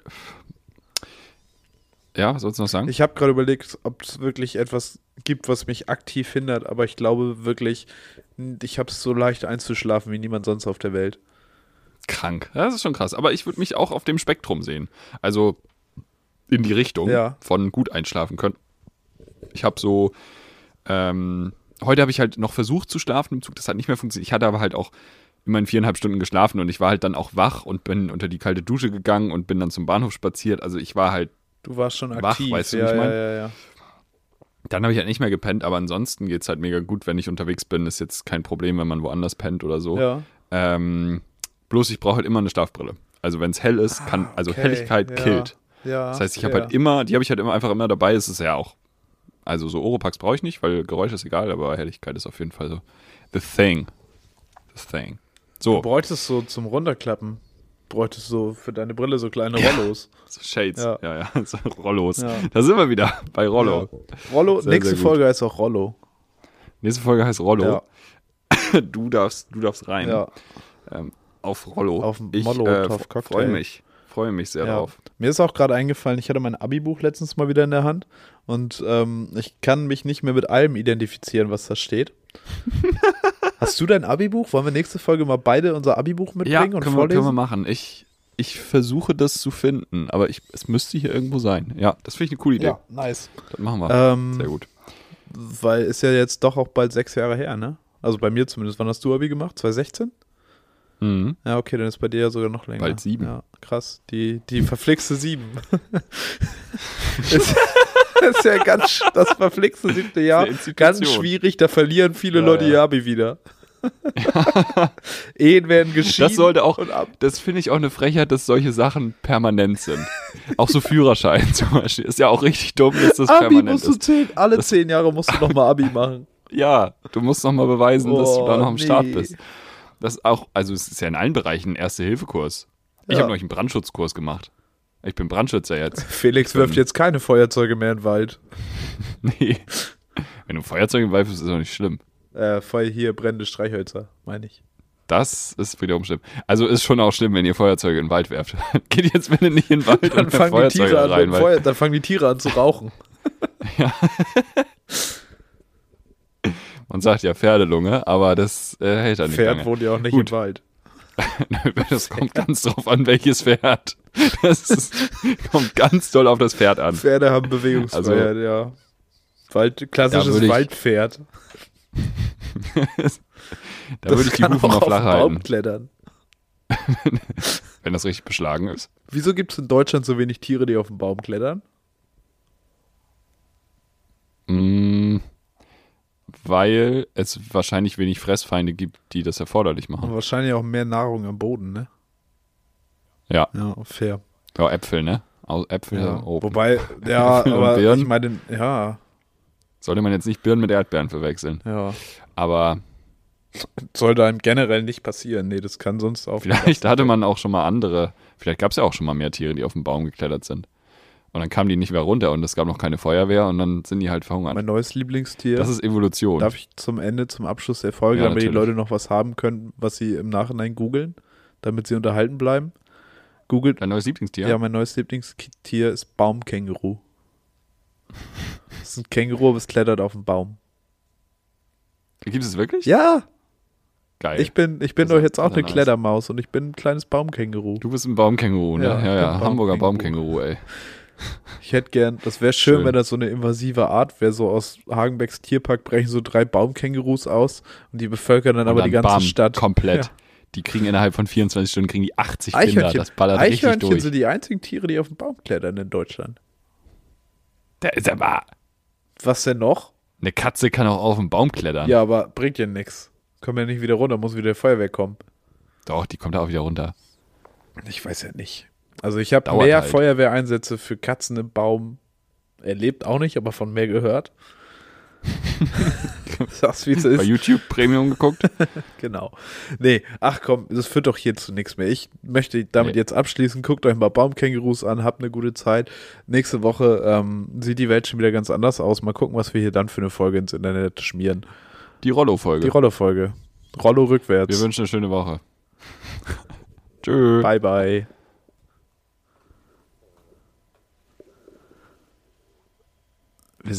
S1: Ja, was sollst du noch sagen?
S2: ich habe gerade überlegt, ob es wirklich etwas gibt, was mich aktiv hindert, aber ich glaube wirklich, ich habe es so leicht einzuschlafen wie niemand sonst auf der Welt.
S1: krank. Das ist schon krass. Aber ich würde mich auch auf dem Spektrum sehen. Also in die Richtung
S2: Ja.
S1: von gut einschlafen können. Ich habe so. Ähm, heute habe ich halt noch versucht zu schlafen im Zug. Das hat nicht mehr funktioniert. Ich hatte aber halt auch immerhin viereinhalb Stunden geschlafen und ich war halt dann auch wach und bin unter die kalte Dusche gegangen und bin dann zum Bahnhof spaziert. Also ich war halt.
S2: Du warst schon aktiv.
S1: Wach, weißt du, wie
S2: ja,
S1: ich mein?
S2: ja, ja, ja.
S1: Dann habe ich halt nicht mehr gepennt, aber ansonsten geht es halt mega gut, wenn ich unterwegs bin. Ist jetzt kein Problem, wenn man woanders pennt oder so.
S2: ja.
S1: Ähm, bloß ich brauche halt immer eine Schlafbrille. Also wenn es hell ist, kann. Also
S2: Ah, okay,
S1: Helligkeit
S2: ja.
S1: killt.
S2: Ja,
S1: Das heißt, ich
S2: ja.
S1: habe halt immer, die habe ich halt immer einfach immer dabei. Es ist ja auch, also so Oropax brauche ich nicht, weil Geräusch ist egal, aber Helligkeit ist auf jeden Fall so the thing, the thing. So,
S2: Du bräuchtest so zum Runterklappen, bräuchtest so für deine Brille so kleine Rollos.
S1: so Shades, ja,
S2: Ja.
S1: ja, so Rollos.
S2: Ja.
S1: Da sind wir wieder bei Rollo.
S2: Rollo,
S1: Sehr,
S2: nächste
S1: sehr gut.
S2: Folge heißt auch Rollo.
S1: Nächste Folge heißt Rollo. Du darfst, du darfst
S2: Ja,
S1: rein
S2: ja.
S1: ähm, auf Rollo.
S2: Auf den
S1: ich
S2: Molotow-Cocktail.
S1: freue mich, freue mich sehr
S2: ja.
S1: drauf.
S2: Mir ist auch gerade eingefallen, ich hatte mein Abi-Buch letztens mal wieder in der Hand und ähm, ich kann mich nicht mehr mit allem identifizieren, was da steht. Hast du dein Abi-Buch? Wollen wir nächste Folge mal beide unser Abi-Buch
S1: Ja,
S2: mitbringen und
S1: können wir, können wir
S2: vorlesen?
S1: machen. Ich, ich versuche das zu finden, aber ich, es müsste hier irgendwo sein. Ja, das finde ich eine coole Idee.
S2: ja, nice.
S1: Das machen wir. Sehr
S2: Ähm,
S1: gut.
S2: weil ist ja jetzt doch auch bald sechs Jahre her, ne? Also bei mir zumindest. Wann hast du Abi gemacht? 2016?
S1: Mhm.
S2: Ja, okay, dann ist bei dir ja sogar noch länger.
S1: Bald sieben.
S2: Ja, krass. Die, die verflixte sieben. ist, ist ja ganz, sch- das verflixte siebte Jahr.
S1: Eine Institution.
S2: Ganz schwierig, da verlieren viele
S1: Ja,
S2: Leute
S1: ja.
S2: ihr Abi wieder. Ehen werden geschieden.
S1: Das sollte auch,
S2: und ab.
S1: das finde ich auch eine Frechheit, dass solche Sachen permanent sind. auch so Führerschein zum Beispiel. Ist ja auch richtig dumm, dass das
S2: Abi
S1: permanent
S2: Ah, musst du
S1: ist.
S2: zehn, alle zehn Jahre musst du nochmal Abi machen.
S1: Ja, du musst nochmal beweisen, dass du da
S2: Oh,
S1: noch am
S2: nee.
S1: Start bist. Das ist auch, also es ist ja in allen Bereichen ein Erste-Hilfe-Kurs. Ich
S2: Ja.
S1: habe neulich einen Brandschutzkurs gemacht. Ich bin Brandschützer jetzt.
S2: Felix wirft jetzt keine Feuerzeuge mehr in den Wald.
S1: Nee. Wenn du Feuerzeug im Wald bist, ist das auch nicht schlimm.
S2: Äh, Feuer hier, brennende Streichhölzer, meine ich.
S1: Das ist wiederum schlimm. Also ist schon auch schlimm, wenn ihr Feuerzeuge in den Wald werft. Geht jetzt bitte nicht in den Wald
S2: Dann
S1: und werft
S2: fangen, die Tiere an, mit
S1: rein,
S2: dem
S1: weil-
S2: Feuer, dann fangen die Tiere an zu rauchen.
S1: Man sagt ja Pferdelunge, aber das äh, hält dann nicht
S2: Pferd
S1: lange.
S2: wohnt ja auch nicht
S1: Gut.
S2: im Wald.
S1: Das kommt ganz drauf an, welches Pferd. Das ist, kommt ganz doll auf das Pferd an.
S2: Pferde haben Bewegungsfreiheit,
S1: Also-
S2: ja. Wald, klassisches
S1: Da würde ich-
S2: Waldpferd.
S1: Da würde ich die Hufe mal flach halten,
S2: klettern.
S1: wenn das richtig beschlagen ist.
S2: Wieso gibt es in Deutschland so wenig Tiere, die auf den Baum klettern?
S1: Mm, weil es wahrscheinlich wenig Fressfeinde gibt, die das erforderlich
S2: Und
S1: machen.
S2: wahrscheinlich auch mehr Nahrung am Boden, ne?
S1: Ja,
S2: Ja, fair.
S1: ja Äpfel, ne? Au- Äpfel,
S2: Ja.
S1: oh.
S2: Wobei, ja,
S1: Und
S2: aber
S1: Birnen?
S2: ich meine, ja,
S1: Sollte man jetzt nicht Birnen mit Erdbeeren verwechseln.
S2: ja.
S1: Aber
S2: Sollte einem generell nicht passieren. Nee, das kann sonst auch.
S1: vielleicht hatte man auch schon mal andere, vielleicht gab es ja auch schon mal mehr Tiere, die auf den Baum geklettert sind. Und dann kamen die nicht mehr runter und es gab noch keine Feuerwehr und dann sind die halt verhungert.
S2: Mein neues Lieblingstier.
S1: Das ist Evolution.
S2: Darf ich zum Ende, zum Abschluss der Folge,
S1: Ja,
S2: damit die
S1: natürlich.
S2: Leute noch was haben können, was sie im Nachhinein googeln, damit sie unterhalten bleiben? Googelt
S1: Dein neues Lieblingstier?
S2: Ja, mein neues Lieblingstier ist Baumkänguru. Das ist ein Känguru, aber es klettert auf den Baum.
S1: Gibt es wirklich?
S2: Ja,
S1: Geil.
S2: ich bin, ich bin
S1: Das ist
S2: doch jetzt auch
S1: sehr
S2: eine
S1: nice.
S2: Klettermaus und ich bin ein kleines Baumkänguru.
S1: du bist ein Baumkänguru, ne? Ja,
S2: Ja, ich
S1: ja.
S2: bin ein
S1: Hamburger
S2: Baumkänguru.
S1: Baumkänguru, ey.
S2: Ich hätte gern, das wäre schön,
S1: Schön.
S2: wenn das so eine invasive Art wäre, so aus Hagenbecks Tierpark brechen so drei Baumkängurus aus und die bevölkern dann
S1: Und
S2: aber die ganze
S1: bam,
S2: Stadt.
S1: Komplett.
S2: Ja. Ah,
S1: Die kriegen innerhalb von 24 Stunden kriegen die 80 Kinder.
S2: Eichhörnchen,
S1: Das ballert richtig
S2: Eichhörnchen
S1: durch.
S2: sind die einzigen Tiere, die auf den Baum klettern in Deutschland.
S1: Da ist aber.
S2: Was denn noch?
S1: Eine Katze kann auch auf den Baum klettern.
S2: Ja, aber bringt ja nichts. Kommen ja nicht wieder runter, muss wieder Feuerwehr kommen.
S1: Doch, die kommt da auch wieder runter.
S2: Ich weiß ja nicht. Also ich habe
S1: Dauert
S2: mehr
S1: halt.
S2: Feuerwehreinsätze für Katzen im Baum Er lebt auch nicht, aber von mehr gehört. Sagst, wie es ist.
S1: Bei YouTube Premium geguckt.
S2: Genau. Nee, ach komm, das führt doch hier zu nichts mehr. Ich möchte damit
S1: Nee.
S2: jetzt abschließen. Guckt euch mal Baumkängurus an, habt eine gute Zeit. Nächste Woche ähm, sieht die Welt schon wieder ganz anders aus. Mal gucken, was wir hier dann für eine Folge ins Internet schmieren.
S1: Die
S2: Die
S1: Rollo-Folge.
S2: Rollo-Folge. Rollo
S1: Wir
S2: rückwärts.
S1: wünschen eine schöne Woche. Tschö.
S2: Bye, bye.